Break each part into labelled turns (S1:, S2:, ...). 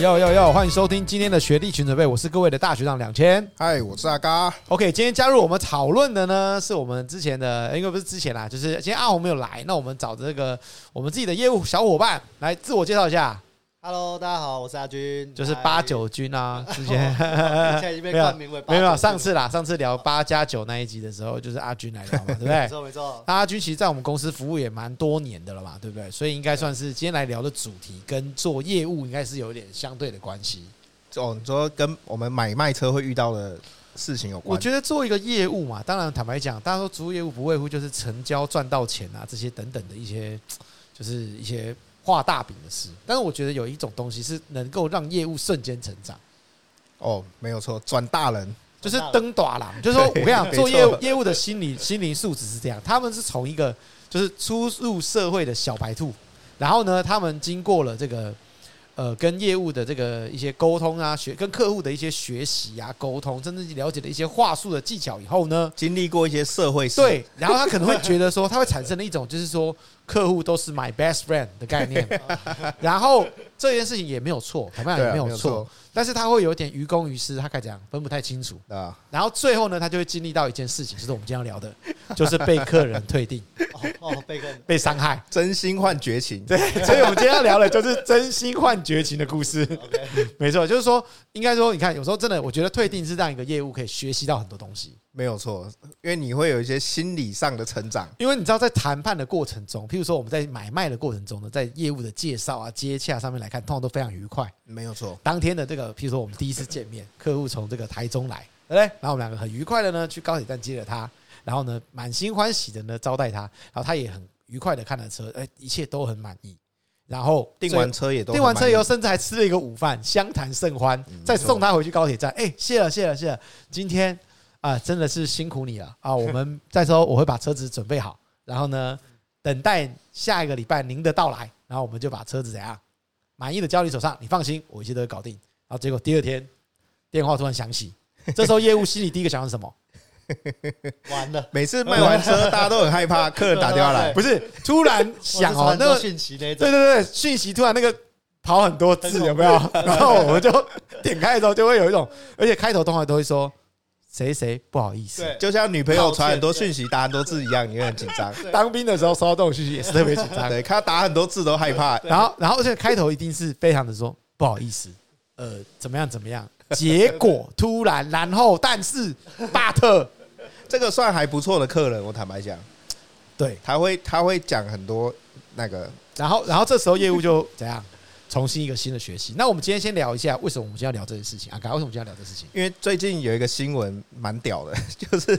S1: 要要要！欢迎收听今天的学弟群准备，我是各位的大学长两千。
S2: 嗨，我是阿嘎。
S1: OK，今天加入我们讨论的呢，是我们之前的，应该不是之前啦，就是今天阿红没有来，那我们找这个我们自己的业务小伙伴来自我介绍一下，
S3: Hello，大家好，我是阿军，
S1: 就是
S3: 嗨哦
S1: 八，九军啊，之前
S3: 现在已经被冠名为八
S1: 没
S3: 九
S1: 有没有，
S3: 军
S1: 上次啦，上次聊八加九那一集的时候，就是阿军来聊嘛，对不对
S3: 没？ 错没错，
S1: 那阿军其实在我们公司服务也蛮多年的了嘛，对不对？所以应该算是今天来聊的主题跟做业务应该是有点相对的关系。
S2: 哦，你说跟我们买卖车会遇到的事情有关？
S1: 我觉得做一个业务嘛，当然坦白讲，大家说服务业务不外乎就是成交、赚到钱啊这些等等的一些，就是一些画大饼的事。但是我觉得有一种东西是能够让业务瞬间成长，
S2: 哦，没有错，转大人。
S1: 就是灯短啦。就是说我跟你讲，
S2: 没
S1: 做
S2: 错
S1: 业务业务的心理心灵素质是这样，他们是从一个就是初入社会的小白兔，然后呢，他们经过了这个。呃，跟业务的这个一些沟通啊，学跟客户的一些学习啊，沟通，甚至了解了一些话术的技巧以后呢，
S2: 经历过一些社会事，
S1: 对，然后他可能会觉得说，他会产生了一种就是说，客户都是 my best friend 的概 念。然后这件事情也没有错，坦白
S2: 对
S1: 讲也
S2: 啊，
S1: 没
S2: 没
S1: 有
S2: 有
S1: 错
S2: 错，
S1: 但是他会有点于公于私，他该讲分不太清楚。
S2: 啊。
S1: 然后最后呢，他就会经历到一件事情，就是我们今天要聊 的，就是被客人退 订、
S3: 哦哦，被冠
S1: 被伤害。
S2: 真心换绝情，对，
S1: 所以我们今天要聊的就是真心换绝情的故 事。
S3: ，OK，
S1: 没错，就是说，应该说，你看，有时候真的，我觉得退订是让一个业务可以学习到很多东西。
S2: 没有错，因为你会有一些心理上的成长。
S1: 因为你知道，在谈判的过程中，譬如说我们在买卖的过程中呢，在业务的介绍啊、接洽上面来看，通常都非常愉快。
S2: 没有错，
S1: 当天的这个，譬如说我们第一次见面，客户从这个台中来，对不对？然后我们两个很愉快的呢，去高铁站接了他，然后呢，满心欢喜的呢招待他，然后他也很愉快的看了车，哎，一切都很满意。然后
S2: 订完车也都
S1: 订完车以
S2: 有
S1: 后，甚至还吃了一个午饭，相谈甚欢，再送他回去高铁站。哎、谢了，谢了，谢了，今天啊、真的是辛苦你了啊！我 们再说，我会把车子准备好，然后呢，等待下一个礼拜您的到来，然后我们就把车子怎样满意的交你手上，你放心，我一切都会搞定。然后结果第二天电话突然响起，这时候业务心里第一个想的是什么？
S3: 完了，
S2: 每次卖完车，大家都很害怕，客人打电 话来，
S1: 不是突然想
S3: 我
S1: 哦
S3: 是传，
S1: 那
S3: 到
S1: 个
S3: 讯息那一
S1: 对，
S3: 种
S1: 对对，讯息突然那个跑很多字有没有？ 然后我们就点开的时候就会有一种，而且开头通常都会说谁谁不好意思。
S3: 对，
S2: 就像女朋友传很多讯息，打很多字一样，你会很紧张。
S3: 对
S1: 当兵的时候收到这种讯息也是特别紧张。
S2: 对，看他打很多字都害怕。
S3: 对
S1: 然后然后而且开头一定是非常的说不好意思，呃，怎么样怎么样。结果突然，然后但是巴特
S2: 这个算还不错的客人，我坦白讲，
S1: 对，
S2: 他会他会讲很多那个
S1: 然后然后这时候业务就怎样？重新一个新的学习。那我们今天先聊一下，为什么我们今天要聊这件事情？阿嘎，为什么我们今天要聊这件事情？
S2: 因为最近有一个新闻蛮屌的， 就是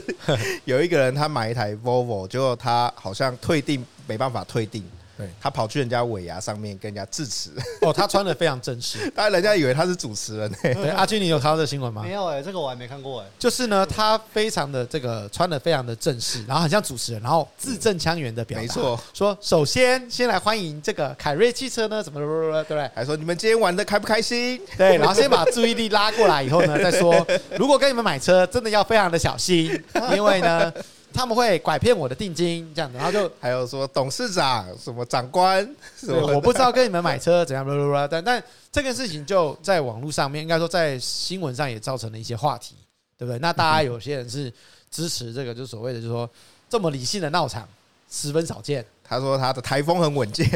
S2: 有一个人他买一台 Volvo，结果他好像退订没办法退订，
S1: 对
S2: 他跑去人家尾牙上面跟人家致辞，
S1: 哦，他穿的非常正式。
S2: 当然人家以为他是主持人、 欸，
S1: 对，阿军，你有看到这个新闻吗
S3: 没？有哎，这个我还没看过哎，
S1: 就是呢，他非常的这个穿的非常的正式，然后很像主持人，然后字正腔圆的表达，
S2: 没错，
S1: 说首先先来欢迎这个凯瑞汽车呢，怎么怎么怎么， 对不对？
S2: 还说你们今天玩的开不开心？
S1: 对，然后先把注意力拉过来以后呢，再说，如果跟你们买车，真的要非常的小心，因为呢他们会拐骗我的定金这样子，然后就
S2: 还有说董事长什么长官 什
S1: 对，
S2: 么
S1: 我不知道跟你们买车怎样，blah blah blah，但但这件事情就在网络上面，应该说在新闻上也造成了一些话题，对不对？那大家有些人是支持这个，就所谓的就是说这么理性的闹场十分少 见，
S2: 他说他的台风很稳 健，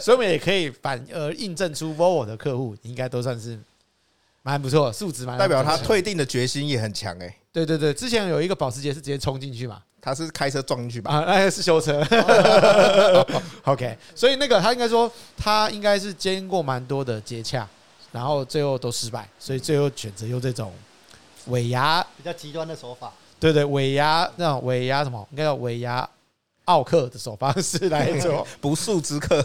S1: 所以我们也可以反而印证出 Volvo 的客户应该都算是蛮不错，素质蛮
S2: 代表他
S1: 蛮不错的
S2: 退订的决心也很强哎、欸
S1: 对对对，之前有一个保时捷是直接冲进去嘛，
S2: 他是开车撞进去吧？
S1: 啊，那个是修 车。OK，所以那个他应该说，他应该是经过蛮多的接洽，然后最后都失败，所以最后选择用这种尾牙，
S3: 比较极端的手法，
S1: 对对，尾牙那种尾牙什么，应该叫尾牙奥克的手方式来做
S2: 不速之客，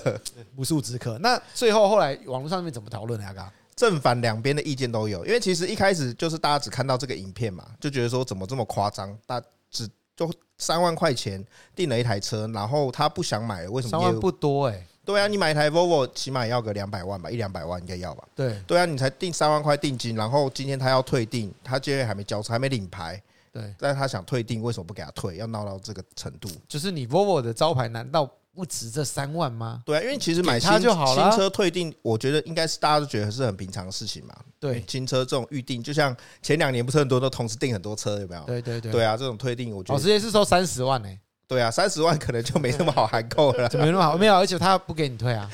S1: 无数之客。那最后后来网络上面怎么讨论的呀？刚
S2: 正反两边的意见都有，因为其实一开始就是大家只看到这个影片嘛，就觉得说怎么这么夸张，大只就三万块钱订了一台车，然后他不想买了，为什
S1: 三
S2: 么业
S1: 万
S2: 务？
S1: 不多哎、
S2: 对啊，你买一台 Volvo 起码要个两百万吧，一两百万应该要吧？
S1: 对
S2: 对啊，你才订三万块定金，然后今天他要退订，他今天还没交车，还没领牌，
S1: 对，
S2: 但是他想退订，为什么不给他退？要闹到这个程度？
S1: 就是你 Volvo 的招牌难道不值这三万吗？
S2: 对啊，因为其实买
S1: 给
S2: 新
S1: 他就好啦
S2: 新车退订，我觉得应该是大家都觉得是很平常的事情嘛。
S1: 对
S2: 新车这种预定，就像前两年不是很多都同时订很多车，有没有？
S1: 对对对，
S2: 对啊，这种退订，我觉
S1: 哦，
S2: 得
S1: 直接是收三十万呢、
S2: 对啊，三十万可能就没那么好含扣 了。
S1: 怎么那么好？没有，而且他不给你退啊，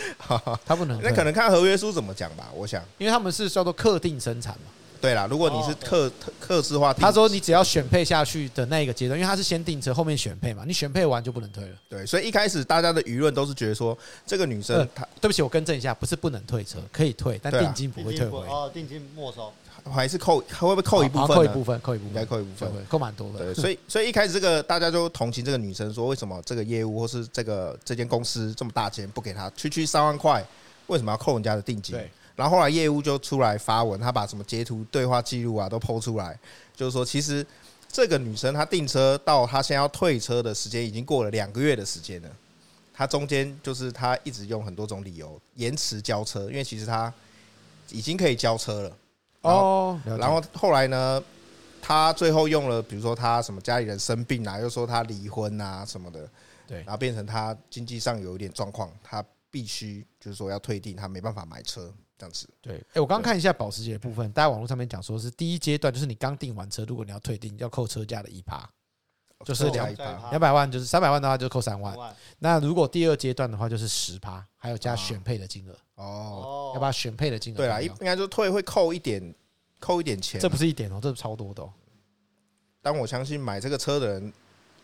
S1: 他不能退，
S2: 那可能看合约书怎么讲吧，我想。
S1: 因为他们是叫做客定生产嘛。
S2: 对啦，如果你是
S3: 哦
S2: 客客制化订，
S1: 他说你只要选配下去的那一个阶段，因为他是先订车，后面选配嘛，你选配完就不能退了。
S2: 对，所以一开始大家的舆论都是觉得说，这个女生
S1: 呃
S2: 她
S1: 对不起，我更正一下，不是不能退车，可以退，但
S2: 对啊
S1: 定金不
S3: 定
S1: 会
S3: 金
S1: 退
S3: 不
S1: 回，
S3: 哦，定金没收，
S2: 还是扣，会不会扣一部
S1: 好
S2: 分呢？
S1: 啊哦扣一部分，扣一部
S2: 应该
S1: 分，
S2: 扣一部分。
S1: 对扣蛮多的。
S2: 对，所以所以一开始这个大家就同情这个女生，说为什么这个业务或是这个这间公司这么大间不给她区区三万块，为什么要扣人家的定金？
S1: 对，
S2: 然后后来业务就出来发文，他把什么截图、对话记录啊都剖出来，就是说其实这个女生她订车到她现在要退车的时间已经过了两个月的时间了，她中间就是她一直用很多种理由延迟交车，因为其实她已经可以交车了。
S1: 哦，了解
S2: 然后后来呢，他最后用了，比如说他什么家里人生病啊，又说他离婚啊什么的，
S1: 对
S2: 然后变成他经济上有一点状况，他必须就是说要退订，他没办法买车这样子。
S1: 对，哎，我刚看一下保时捷的部分，大家网络上面讲说是第一阶段，就是你刚订完车，如果你要退订，要扣车价的一趴，就是
S2: 这
S1: 两
S2: 一趴，
S1: 两百万就是三百万的话就扣三万
S3: 两。万
S1: 那如果第二阶段的话就是十趴，还有加选配的金额，
S2: 啊哦，
S3: 哦，
S1: 要把选配的金额
S2: 对啦，
S1: 拿
S2: 一
S1: 掉。
S2: 应该就退会扣一点，扣一点钱
S1: 这
S2: 啊。
S1: 不是一点哦，这是超多的哦。
S2: 但我相信买这个车的人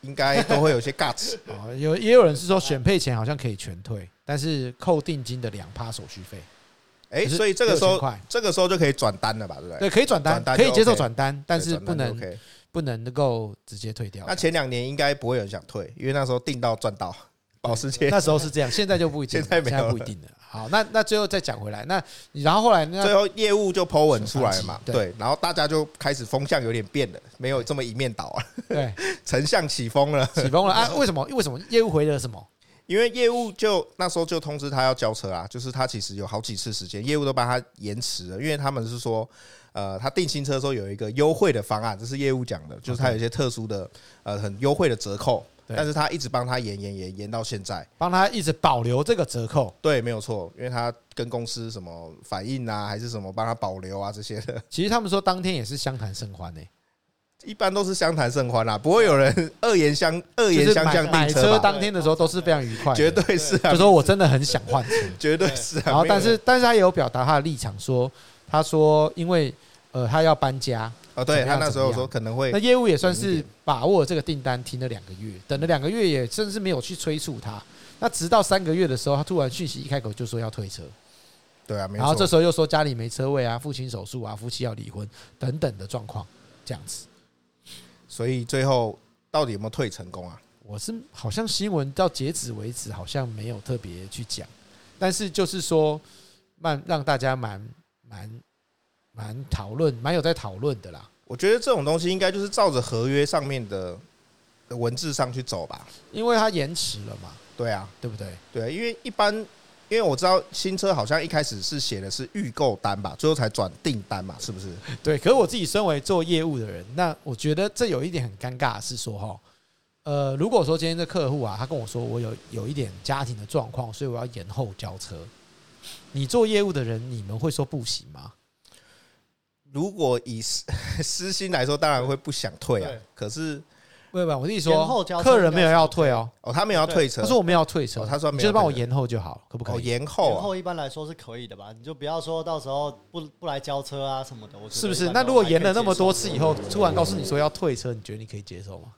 S2: 应该都会有些 guts，
S1: 哦有也有人是说选配前好像可以全退，但是扣定金的两趴手续费，
S2: 哎，
S1: 就是
S2: 所以这个时
S1: 6000
S2: 候
S1: 块
S2: 这个时候就可以转单了吧，对不对？
S1: 对，可以转单
S2: 转，单
S1: 可以接受
S2: OK
S1: 转单，但是
S2: 对
S1: 不
S2: 转单就
S1: 能
S2: OK。
S1: 不能够直接退掉
S2: 那。前两年应该不会有人想退，因为那时候订到赚到，保时捷
S1: 那时候是这样，现在就不一定了，
S2: 现在没有
S1: 不一定了。好，那那最后再讲回来，那你然后后来
S2: 最
S1: 那
S2: 后业务就 Po 文出来了嘛，
S1: 对
S2: 对，然后大家就开始风向有点变了，没有这么一面倒了，
S1: 对
S2: 成向起风了。
S1: 起风了啊？为什么？为什么业务回了什么？
S2: 因为业务就那时候就通知他要交车啊，就是他其实有好几次时间，业务都帮他延迟了，因为他们是说，呃，他订新车的时候有一个优惠的方案，这是业务讲的，就是他有一些特殊的呃很优惠的折扣，
S1: 对
S2: 但是他一直帮他延延延延到现在，
S1: 帮他一直保留这个折扣。
S2: 对，没有错，因为他跟公司什么反应啊，还是什么帮他保留啊这些的，
S1: 其实他们说当天也是相谈甚欢呢、
S2: 一般都是相谈甚欢啦，啊不会有人恶言相恶
S1: 就
S2: 言
S1: 是
S2: 相
S1: 买
S2: 向
S1: 买
S2: 订
S1: 车
S2: 吧？
S1: 当天的时候都是非常愉快的，
S2: 绝对是啊
S1: 就，说我真的很想换车。
S2: 绝对是啊。
S1: 然后，
S2: 没有
S1: 但
S2: 人
S1: 是但是他也有表达他的立场说，他说因为呃他要搬家，
S2: 哦，
S1: 怎
S2: 对
S1: 么
S2: 他
S1: 样
S2: 那时候
S1: 怎么
S2: 说
S1: 样哎
S2: 可能会
S1: 那业务也算
S2: 有一
S1: 是
S2: 点
S1: 把握这个订单，停了两个月，等了两个月也甚至没有去催促他。那直到三个月的时候，他突然讯息一开口就说要退车，
S2: 对啊，没
S1: 然后这
S2: 错。
S1: 时候又说家里没车位啊，父亲手术啊，夫妻要离婚等等的状况，这样子。
S2: 所以最后到底有没有退成功啊？
S1: 我是好像新闻到截止为止好像没有特别去讲，但是就是说蛮让大家蛮蛮蛮讨论，蛮有在讨论的啦。
S2: 我觉得这种东西应该就是照着合约上面的文字上去走吧。
S1: 因为它延迟了嘛，
S2: 对啊，
S1: 对不对？
S2: 对啊，因为一般因为我知道新车好像一开始是写的是预购单吧，最后才转订单嘛，是不是？
S1: 对，可是我自己身为做业务的人，那我觉得这有一点很尴尬，是说哈，呃，如果说今天的客户啊，他跟我说我有有一点家庭的状况，所以我要延后交车，你做业务的人，你们会说不行吗？
S2: 如果以私 私心来说，当然会不想退啊
S3: 对。
S2: 可是
S1: 不不，我跟你
S3: 延后
S1: 说
S3: 交，车
S1: 客人没有要退哦，
S2: 哦，他们也要退车，
S1: 他说我们要退车，
S2: 哦他说
S1: 你
S2: 没有
S1: 就是帮我
S2: 退车
S1: 延后就好，可不可
S2: 哦
S1: 以？
S2: 延后
S3: 延
S2: 啊，
S3: 后一般来说是可以的吧？你就不要说到时候不不来交车啊什么的，我觉得
S1: 是不
S3: 一
S2: 哦
S1: 是？
S3: 般
S1: 那
S3: 都
S1: 如果
S3: 还
S1: 延
S3: 可以
S1: 了那么
S3: 接
S1: 多
S3: 受
S1: 次以后，突然告诉你说要退车，你觉得你可以接受吗？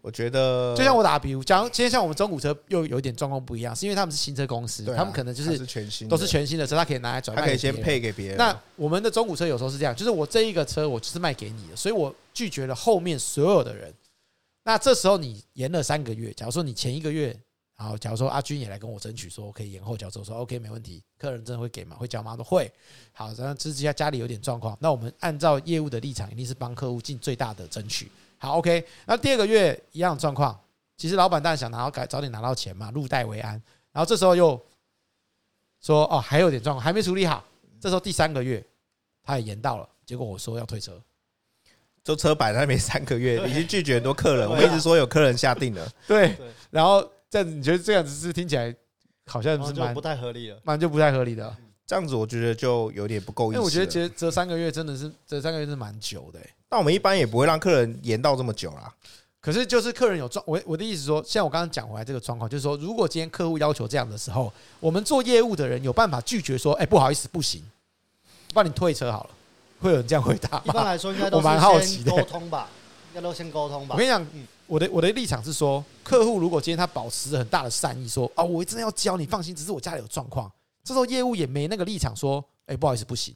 S2: 我觉得
S1: 就像我打比如，假如今天像我们中古车又有一点状况不一样，是因为他们是新车公司，
S2: 对啊
S1: 他们可能就
S2: 它
S1: 是
S2: 是全新的，
S1: 都是全新的车，它可以拿来转
S2: 他
S1: 卖。
S2: 可以先。配给别人。啊
S1: 那我们的中古车有时候是这样，就是我这一个车我就是卖给你的，所以我拒绝了后面所有的人。那这时候你延了三个月，假如说你前一个月，然后假如说阿军也来跟我争取说我可以延后交车，我说 OK 没问题，客人真的会给吗？会交吗？他说会。好，然后之前家里有点状况，那我们按照业务的立场，一定是帮客户尽最大的争取。好，OK。那第二个月一样的状况，其实老板当然想拿到改早点拿到钱嘛，入袋为安。然后这时候又说哦，还有点状况还没处理好。这时候第三个月他也延到了，结果我说要退车，
S2: 就车摆在那边三个月，
S3: 对
S2: 已经拒绝很多客人。我
S3: 对啊
S2: 们一直说有客人下定了，
S1: 对
S3: 对
S1: 然后这样子你觉得这样子是听起来好像
S3: 然后
S1: 是
S3: 就
S1: 蛮
S3: 不太合理了。
S1: 蛮就不太合理的。
S2: 这样子我觉得就有点不够
S1: 因
S2: 意思
S1: 为
S2: 了。
S1: 哎我觉得折折三个月真的是折三个月真的蛮久的欸、
S2: 但我们一般也不会让客人延到这么久啦。
S1: 可是就是客人有状，我我的意思说，像我刚刚讲回来这个状况，就是说，如果今天客户要求这样的时候，我们做业务的人有办法拒绝说，哎、不好意思，不行，帮你退车好了。会有人这样回答
S3: 一般
S1: 吗？
S3: 来说，应该 都
S1: 我蛮好
S3: 是
S1: 奇
S3: 先
S1: 的
S3: 沟通吧，应该都先沟通吧
S1: 我。跟你讲
S3: 嗯，
S1: 我的我的立场是说，客户如果今天他保持很大的善意，说啊，我真的要教你，放心，只是我家里有状况。这时候业务也没那个立场说，哎、不好意思，不行，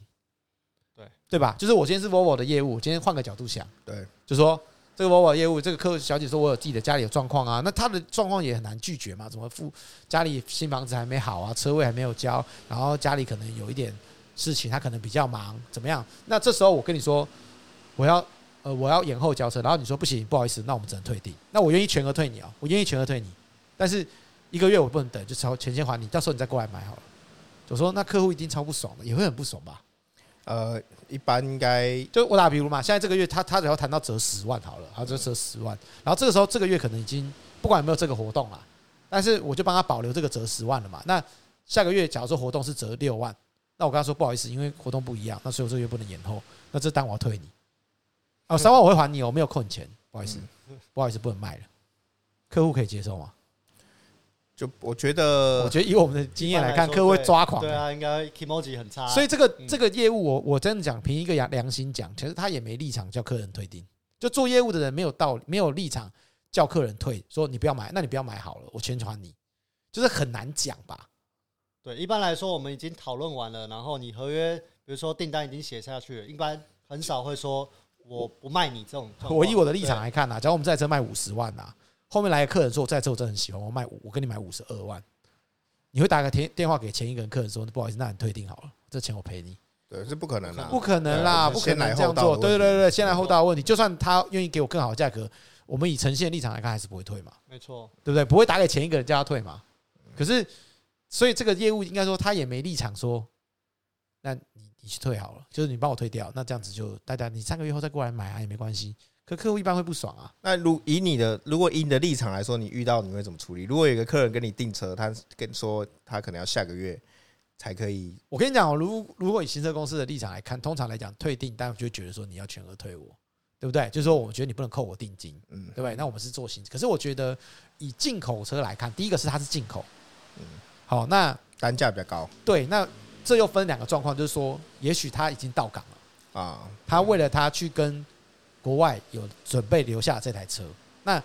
S3: 对
S1: 对吧？就是我今天是 Volvo 的业务，我今天换个角度想。
S2: 对，
S1: 就说这个娃娃业务，这个客户小姐说我有自己的家里有状况啊，那她的状况也很难拒绝嘛，怎么付家里新房子还没好啊，车位还没有交，然后家里可能有一点事情，她可能比较忙，怎么样？那这时候我跟你说，我要呃我要延后交车，然后你说不行，不好意思，那我们只能退订，那我愿意全额退你哦，我愿意全额退你，但是一个月我不能等，就超钱先还你，到时候你再过来买好了。我说那客户一定超不爽的，也会很不爽吧？
S2: 呃，一般应该
S1: 就我打比如嘛，现在这个月他他只要谈到折十万好了，他就折十万，然后这个时候这个月可能已经不管有没有这个活动啦，但是我就帮他保留这个折十万了嘛。那下个月假如说活动是折六万，那我跟他说不好意思，因为活动不一样，那所以我这个月不能延后，那这单我要退你。
S3: 嗯
S1: 哦，三万我会还你哦，我没有扣你钱，不好意思，不好意思，不能卖了。客户可以接受吗？
S2: 就我觉得
S1: 我觉得以我们的经验来看，
S3: 呃一般说
S1: 客户会抓狂的。
S3: 对啊，应该 emoji 很
S2: 啊
S3: 差。
S1: 所以这个
S3: 嗯
S1: 这个业务我，我真的讲，凭一个良良心讲，其实他也没立场叫客人退订。就做业务的人没有道理，没有立场叫客人退，说你不要买，那你不要买好了，我全传你，就是很难讲吧？
S3: 对，一般来说我们已经讨论完了，然后你合约，比如说订单已经写下去了，一般很少会说我不卖你这种状
S2: 哦
S3: 况。
S1: 我以我的立场
S3: 对，
S1: 来看呐、啊，假如我们这台车卖五十万呐、啊，后面来个客人说，我这台车我真的很喜欢，我卖五，我跟你买五十二万，你会打个电电话给前一个人客人说，不好意思，那你退订好了，这钱我赔你。
S2: 对是不可能啦，
S1: 不可能啦，
S2: 啊对
S1: 不
S2: 我
S1: 可
S2: 们
S1: 能
S2: 先
S1: 这样
S2: 来后
S1: 做。
S2: 到的
S1: 对
S2: 问
S1: 对
S2: 题
S1: 对，对先来后到的问题，就算他愿意给我更好的价格，我们以呈现的立场来看还是不会退嘛，
S3: 没错，
S1: 对不对？不会打给前一个人叫他退嘛。可是，所以这个业务应该说他也没立场说，那你你去退好了，就是你帮我退掉，那这样子就大家你三个月后再过来买啊也没关系。可客户一般会不爽啊，
S2: 那如以你的，如果以你的立场来说，你遇到你会怎么处理？如果有一个客人跟你订车，他跟你说他可能要下个月才可以，
S1: 我跟你讲、哦，如如果以行车公司的立场来看，通常来讲退订，但我就会觉得说你要全额退我，对不对？就是说我觉得你不能扣我定金，
S2: 嗯
S1: 对不对？那我们是做行，可是我觉得以进口车来看，第一个是它是进口，
S2: 嗯
S1: 好，那
S2: 单价比较高
S1: 对，那这又分两个状况，就是说，也许他已经到港了，
S2: 啊，
S1: 他为了他去跟国外有准备留下这台车，那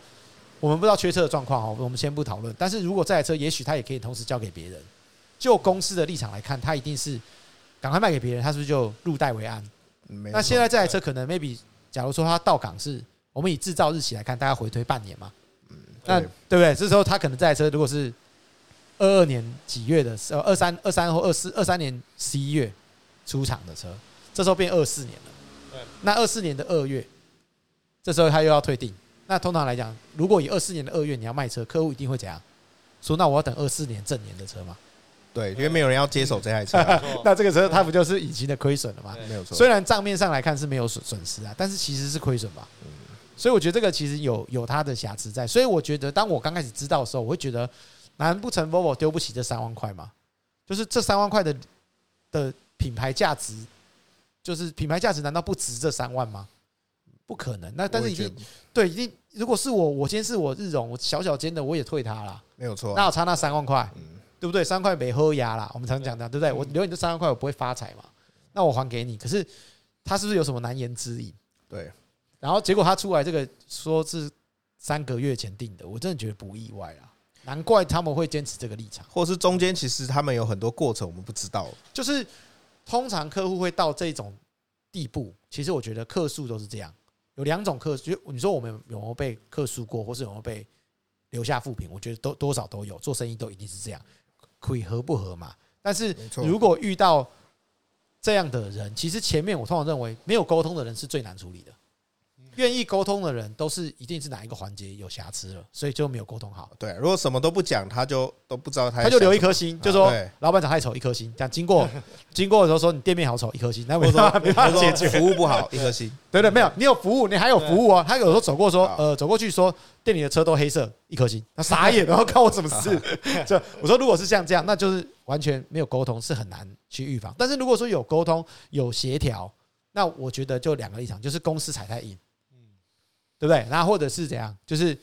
S1: 我们不知道缺车的状况哦，我们先不讨论。但是如果这台车，也许他也可以同时交给别人。就公司的立场来看，他一定是赶快卖给别人，他是不是就入袋为安？
S2: 没
S1: 那
S2: 错
S1: 现在这台车可能 maybe，假如说它到港是，我们以制造日期来看，大概回推半年嘛。那对
S2: 对
S1: 不对？这时候他可能这台车如果是二二年几月的时候，二三二三或二四二三年十一月出厂的车，这时候变二四年了。
S3: 对，
S1: 那二四年的二月，这时候他又要退订。那通常来讲，如果以二四年的二月你要卖车，客户一定会怎样？说那我要等二四年正年的车嘛？
S2: 对，因为没有人要接手这 台车啊，
S3: 没错，
S1: 那这个车它不就是隐形的亏损了吗？
S3: 对
S2: 没有错，
S1: 虽然账面上来看是没有损损失啊，但是其实是亏损吧。
S2: 嗯
S1: 所以我觉得这个其实有有它的瑕疵在。所以我觉得，当我刚开始知道的时候，我会觉得，难不成 Volvo 丢不起这三万块吗？就是这三万块的的品牌价值，就是品牌价值难道不值这三万吗？不可能。那但是已
S2: 我也
S1: 经
S2: 觉得
S1: 对，已经如果是我，我今天是我日荣，我小小间的我也退他啦。
S2: 没有错
S1: 那
S2: 啊，
S1: 我差那三万块，
S2: 嗯
S1: 对不对？三块没喝牙啦，我们常讲的，对不对？我留你这三万块，我不会发财嘛，那我还给你。可是他是不是有什么难言之隐？
S2: 对，
S1: 然后结果他出来这个说是三个月前定的，我真的觉得不意外啦，难怪他们会坚持这个立场。
S2: 或是中间其实他们有很多过程我们不知道，
S1: 就是通常客户会到这种地步，其实我觉得客诉都是这样，有两种客诉，就你说我们有没有被客诉过，或是有没有被留下负评，我觉得都多少都有，做生意都一定是这样，亏合不合嘛。但是
S2: 没错
S1: 如果遇到这样的人，其实前面我通常认为没有沟通的人是最难处理的。愿意沟通的人都是一定是哪一个环节有瑕疵了，所以就没有沟通好，
S2: 对，如果什么都不讲，他就都不知道他
S1: 他就留一
S2: 口，
S1: 颗心，
S2: 啊
S1: 就说
S2: 对
S1: 老板长太丑一颗星，讲经过经过的时候说你店面好丑一颗星，那
S2: 或
S1: 没
S2: 者
S1: 办法
S2: 说
S1: 没办法解
S2: 或者
S1: 决
S2: 说。服务 不好，一颗星，
S1: 对对，没有，你有服务，你还有服务哦。他有时候走过说，
S2: 好
S1: 呃，走过去说店里的车都黑色，一颗星，他傻眼，然 后看我什么事？ 这我说如果是像这样，那就是完全没有沟通，是很难去预防。但是如果说有沟通、有协调，那我觉得就两个立场，就是公司踩太硬，对不对？那或者是怎样，就是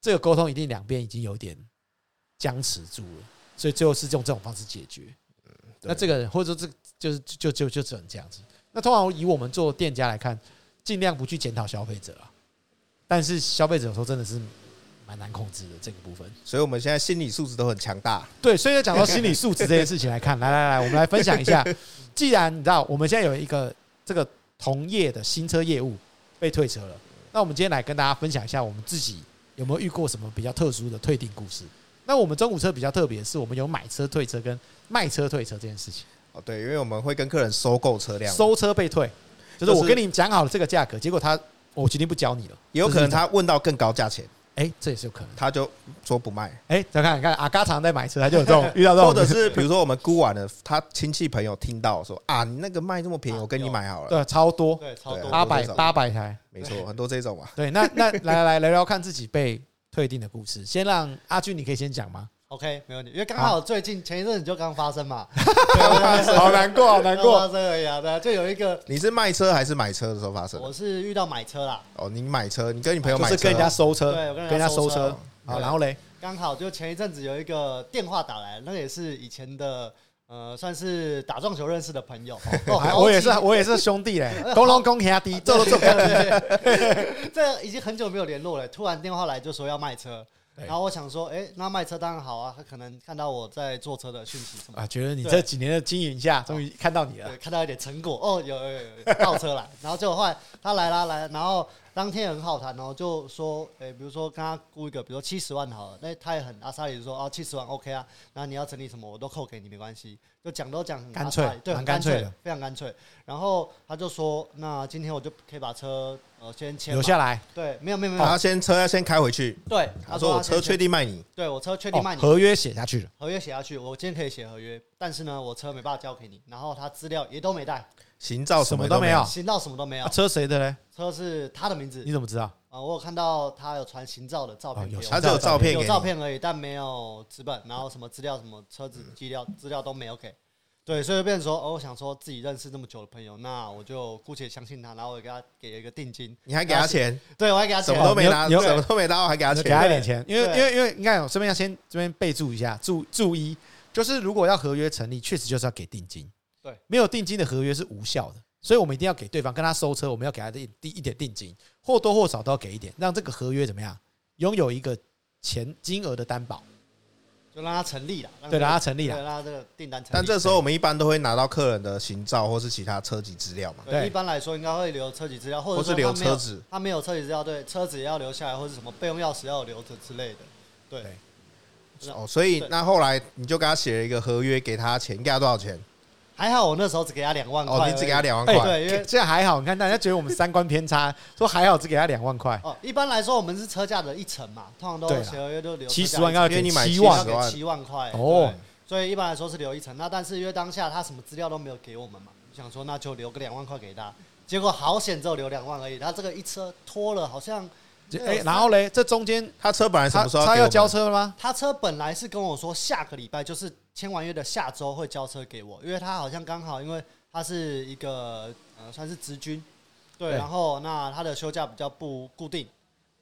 S1: 这个沟通一定两边已经有点僵持住了，所以最后是用这种方式解决。
S2: 对
S1: 那这个或者说这就是就就就只能这样子。那通常以我们做店家来看，尽量不去检讨消费者啊，但是消费者有时候真的是蛮难控制的这个部分。
S2: 所以我们现在心理素质都很强大。
S1: 对，所以要讲到心理素质这件事情来 看，来来来，我们来分享一 下。既然你知道我们现在有一个这个同业的新车业务被退车了，那我们今天来跟大家分享一下我们自己有没有遇过什么比较特殊的退订故事。那我们中古车比较特别的是，我们有买车退车跟卖车退车这件事情，
S2: 哦，对，因为我们会跟客人收购车辆，
S1: 收车被退，就是
S2: 就是
S1: 我跟你讲好了这个价格，结果他我决定不教你了，
S2: 也有可
S1: 这
S2: 能
S1: 是一种
S2: 他问到更高价钱，
S1: 哎、这也是有可能。
S2: 他就说不卖，
S1: 哎，再看看阿嘎常在买车，他就有这种遇到这种，
S2: 或者是比如说我们估完了，他亲戚朋友听到说啊，你那个卖这么便宜，
S3: 啊
S2: 我跟你买好了，
S1: 对超多
S3: 对，超
S2: 对
S3: 多
S2: 啊
S1: 八
S3: 的。
S1: 百
S2: 多多
S1: 八百台。
S2: 没错，很多这种嘛。
S1: 对，那那来来来聊聊看自己被退订的故事。先让阿俊，你可以先讲吗？
S3: OK，没问题，因为刚
S1: 啊
S3: 好最近前一阵子就刚发生 嘛，
S1: 好难过，好难
S3: 刚
S1: 过。
S3: 发生而已啊，对啊，就有一个，
S2: 你是卖车还是买车的时候发生的？
S3: 我是遇到买车啦，
S2: 哦，你买车，你跟你朋友
S1: 啊就
S2: 买
S1: 是跟人家
S2: 车，
S1: 收车，
S3: 对我
S1: 呃跟
S3: 跟人家
S1: 人家收
S3: 收车
S1: 车。好，
S3: 对
S1: 然后嘞，
S3: 刚好就前一阵子有一个电话打来，那也是以前的呃，算是打撞球认识的朋友。
S1: 哦， 还我也是，我也是兄弟嘞，公龙公兄弟，做做做。
S3: 这已经很久没有联络了，突然电话来就说要卖车，
S1: 对
S3: 然后我想说，哎、那卖车当然好啊，他可能看到我在坐车的讯息什 么 的。
S1: 啊，觉得你
S3: 对
S1: 这几年的经营下，终于看到你了
S3: 对，。看到一点成果哦，有有有有倒车啦，然后结果后来他来啦来，然后当天也很好谈哦，就说，诶、比如说跟他估一个，比如说七十万好了，那他也很阿萨里就说啊七十万 OK 啊，然后你要整理什么我都扣给你没关系，就讲都讲很
S1: 干脆
S3: 阿萨里对，
S1: 蛮
S3: 很
S1: 干
S3: 干
S1: 脆
S3: 脆
S1: 的
S3: 非常干脆。然后他就说，那今天我就可以把车呃先签
S1: 留
S3: 嘛
S1: 下来，
S3: 对，没有没有没有，
S2: 然后先车要先开回去，
S3: 对，
S2: 他
S3: 他
S2: 说
S3: 说
S2: 我车确
S3: 确，
S2: 定卖你，
S3: 对我车确定卖
S1: 哦
S3: 你，
S1: 合约写下去了。
S3: 合约写下去，我今天可以写合约，但是呢，我车没办法交给你，然后他资料也都没带，
S2: 行照
S1: 什么
S2: 么
S1: 都
S2: 没
S1: 没有
S3: 行到什么都没有
S1: 啊，。车谁的嘞？
S3: 车是他的名字
S1: 你怎么知道？
S3: 啊、我有看到他有传行照的照
S1: 哦
S3: 片
S1: 有
S3: 给
S1: 行
S2: 他
S3: 我，
S2: 只有照片给
S3: 有照
S2: 你，
S3: 片而已，但没有纸本，然后什么资料、什么车子资料、资料都没有给。对，所以就变成说，哦，我想说自己认识那么久的朋友，那我就姑且相信他，然后我给他给了一个定金，
S2: 你还给他钱，
S3: 对我还给他
S2: 什
S3: 钱
S2: 么，都没
S1: 哦
S2: 拿，
S1: 你有你有
S2: 什么都没拿，还给他
S1: 啊给他
S2: 钱，
S1: 一点钱，因为
S3: 对
S1: 因为因为你看，我这边要先这边备注一下，注注意，就是如果要合约成立，确实就是要给定金。
S3: 对，
S1: 没有定金的合约是无效的，所以我们一定要给对方跟他收车，我们要给他一一点定金，或多或少都要给一点，让这个合约怎么样拥有一个钱金额的担保，
S3: 就让他成立了，
S1: 对，让它成立
S3: 对，
S1: 了。
S3: 让他这个订单成立。
S2: 但这时候我们一般都会拿到客人的行照或是其他车籍资料嘛，
S1: 对
S3: 对，一般来说应该会留车籍资料，或
S2: 或
S3: 者
S2: 是留
S3: 说他没
S2: 车
S3: 有
S2: 子。
S3: 他没有车籍资料，对，车子也要留下来，或者什么备用钥匙要留着之类的。对，对
S2: 哦，所以
S3: 对
S2: 那后来你就给他写了一个合约，给他钱，你给他多少钱？
S3: 还好我那时候只给他两万块而
S2: 哦，
S3: 已，
S2: 你只给他两万
S1: 哎
S2: 块，
S3: 对，因为
S1: 这样还好，你看大家觉得我们三观偏差，说还好只给他两万块，
S3: 哦，一般来说我们是车价的一成嘛，通常都
S1: 对
S2: 啊
S1: 啦
S3: 写合约就留
S1: 七十万要
S2: 因
S1: 给
S2: 为你买
S1: 七
S2: 70
S1: 万
S2: 70万
S3: 七万块
S1: 哦
S3: 哦，对所以一般来说是留一成。那但是因为当下他什么资料都没有给我们嘛，想说那就留个两万块给他，结果好险只有留两万而已。他这个一车拖了，好像
S1: 哎，然后嘞，这中间
S2: 他车本来什
S1: 他
S2: 么时候
S1: 他要
S2: 要给我
S1: 交
S2: 们？
S1: 车了吗？
S3: 他车本来是跟我说下个礼拜就是签完约的下周会交车给我，因为他好像刚好因为他是一个呃算是职军，对，
S1: 对
S3: 然后那他的休假比较不固定，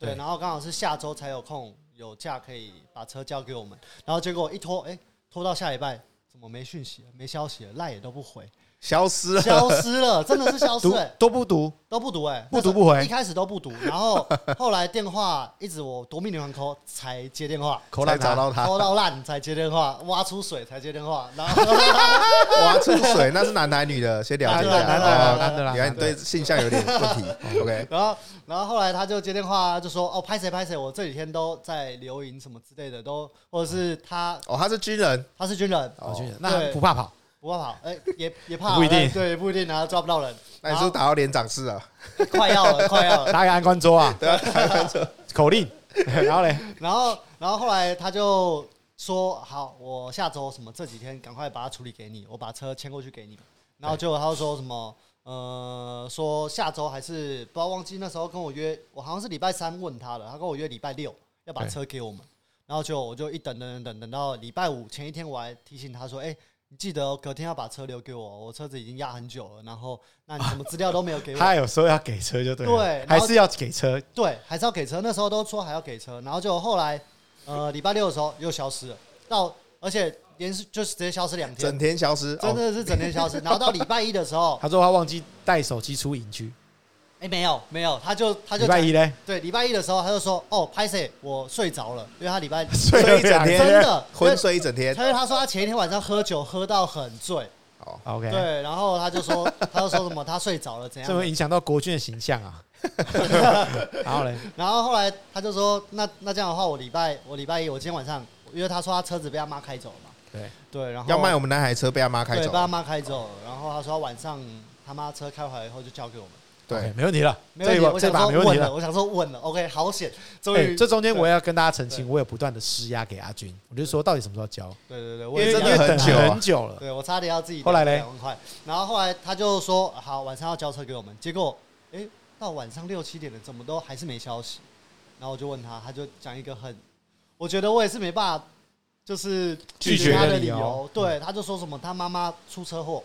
S3: 对，
S1: 对
S3: 然后刚好是下周才有空有假可以把车交给我们，然后结果一拖，哎、拖到下礼拜怎么没讯息了、啊没消息了，赖也都 不回，
S2: 消失了，
S3: 消失了，真的是消失
S1: 读
S3: 了、
S1: 都不读，
S3: 都不读哎、欸，
S1: 不读不回
S3: 一开始都不读，然后后来电话一直我夺命连环 call 才接电话，
S1: 口
S2: 才
S1: 烂
S2: 找
S1: 他。
S2: 到他，
S3: 抠到烂才接电话，挖出水才接电话，然后
S2: 挖出水，那是男男女的，先了解一下。
S3: 男的男的
S2: 哦
S1: 男的男的
S2: 你看你对性向有点问题。OK，哦
S3: 然后然后后来他就接电话就说哦拍谁拍谁，我这几天都在留营什么之类的，都或者是他
S2: 哦，他是军人，
S3: 他是军人，
S1: 我觉得
S2: 哦
S1: 那
S3: 对
S1: 不怕跑，
S3: 不怕跑，哎、也也怕，
S1: 不一定
S3: 哎对，不一定，然后抓不到人，
S2: 那你是不是打到连长室啊？
S3: 快要了，快要了。
S1: 打给安官桌 啊，
S2: 对啊，打到连长
S1: 口令，然后嘞，
S3: 然后，然后后来他就说：“好，我下周什么这几天赶快把它处理给你，我把车牵过去给你。”然后结果他就说什么？呃，说下周还是不知道忘记那时候跟我约，我好像是礼拜三问他的，他跟我约礼拜六要把
S1: 对
S3: 车给我们。然后就我就一等等等等等到礼拜五前一天，我还提醒他说：“哎、你记得、哦、隔天要把车留给我，我车子已经压很久了。然后那你什么资料都没有给 我。”
S1: 他有说要给车就对了，
S3: 对然后
S1: 还是要给车，
S3: 对，还是要给车。那时候都说还要给车，然后就后来呃礼拜六的时候又消失了，到而且连续就是直接消失两天
S2: 整，天消失，
S3: 真
S2: 哦
S3: 的是整天消失。然后到礼拜一的时候，
S1: 他说他忘记带手机出营区，
S3: 哎、没有没有，他就他就
S1: 礼拜
S3: 讲
S1: 一 嘞，
S3: 对礼拜一的时候他就说哦拍谁我睡着了，因为他礼拜
S1: 睡
S2: 睡
S1: 了
S2: 一整天，
S3: 真的
S2: 昏睡一整天。
S3: 他因为他说他前一天晚上喝酒喝到很醉，
S2: 哦，
S1: ，OK，
S3: 对，然后他就说他就说什么他睡着了怎
S1: 这会
S3: 样，
S1: 影响到国军的形象啊， 然后嘞，
S3: 然后后来他就说那那这样的话我礼拜我礼拜一我今天晚上因为他说他车子被他妈开走了嘛，
S1: 对，
S3: 对，然后
S2: 要卖我们那台车被他妈开
S3: 对，
S2: 走
S3: 被，他妈开走了。然后他说晚上他妈车开回来以后就交给我们，
S1: OK，
S2: 对，
S1: 没问题了，
S3: 没
S1: 这一
S3: 问题。
S1: 把
S3: 我
S1: 这
S3: 想
S1: 把
S3: 说
S1: 没问
S3: 稳
S1: 题
S3: 了，
S1: 了。
S3: 我想说稳了，OK，好险，终
S1: 哎，
S3: 于
S1: 这中间我
S3: 对
S1: 要跟大家澄清，我有不断的施压给阿军，我就说到底什么时候交？
S3: 对对对，
S1: 因
S3: 我
S1: 为
S3: 也
S2: 真
S1: 因
S2: 的
S1: 为
S2: 很
S1: 等
S2: 久啊
S1: 很久了，
S3: 对我差点要自己
S1: 后来嘞
S3: 两万块，然后后来他就说好晚上要交车给我们，结果哎到晚上六七点了，怎么都还是没消息，然后我就问他，他就讲一个很，我觉得我也是没办法。就是
S1: 拒
S3: 绝他
S1: 绝
S3: 的
S1: 的
S3: 理
S1: 理由
S3: 由，对，他就说什么他妈妈出车祸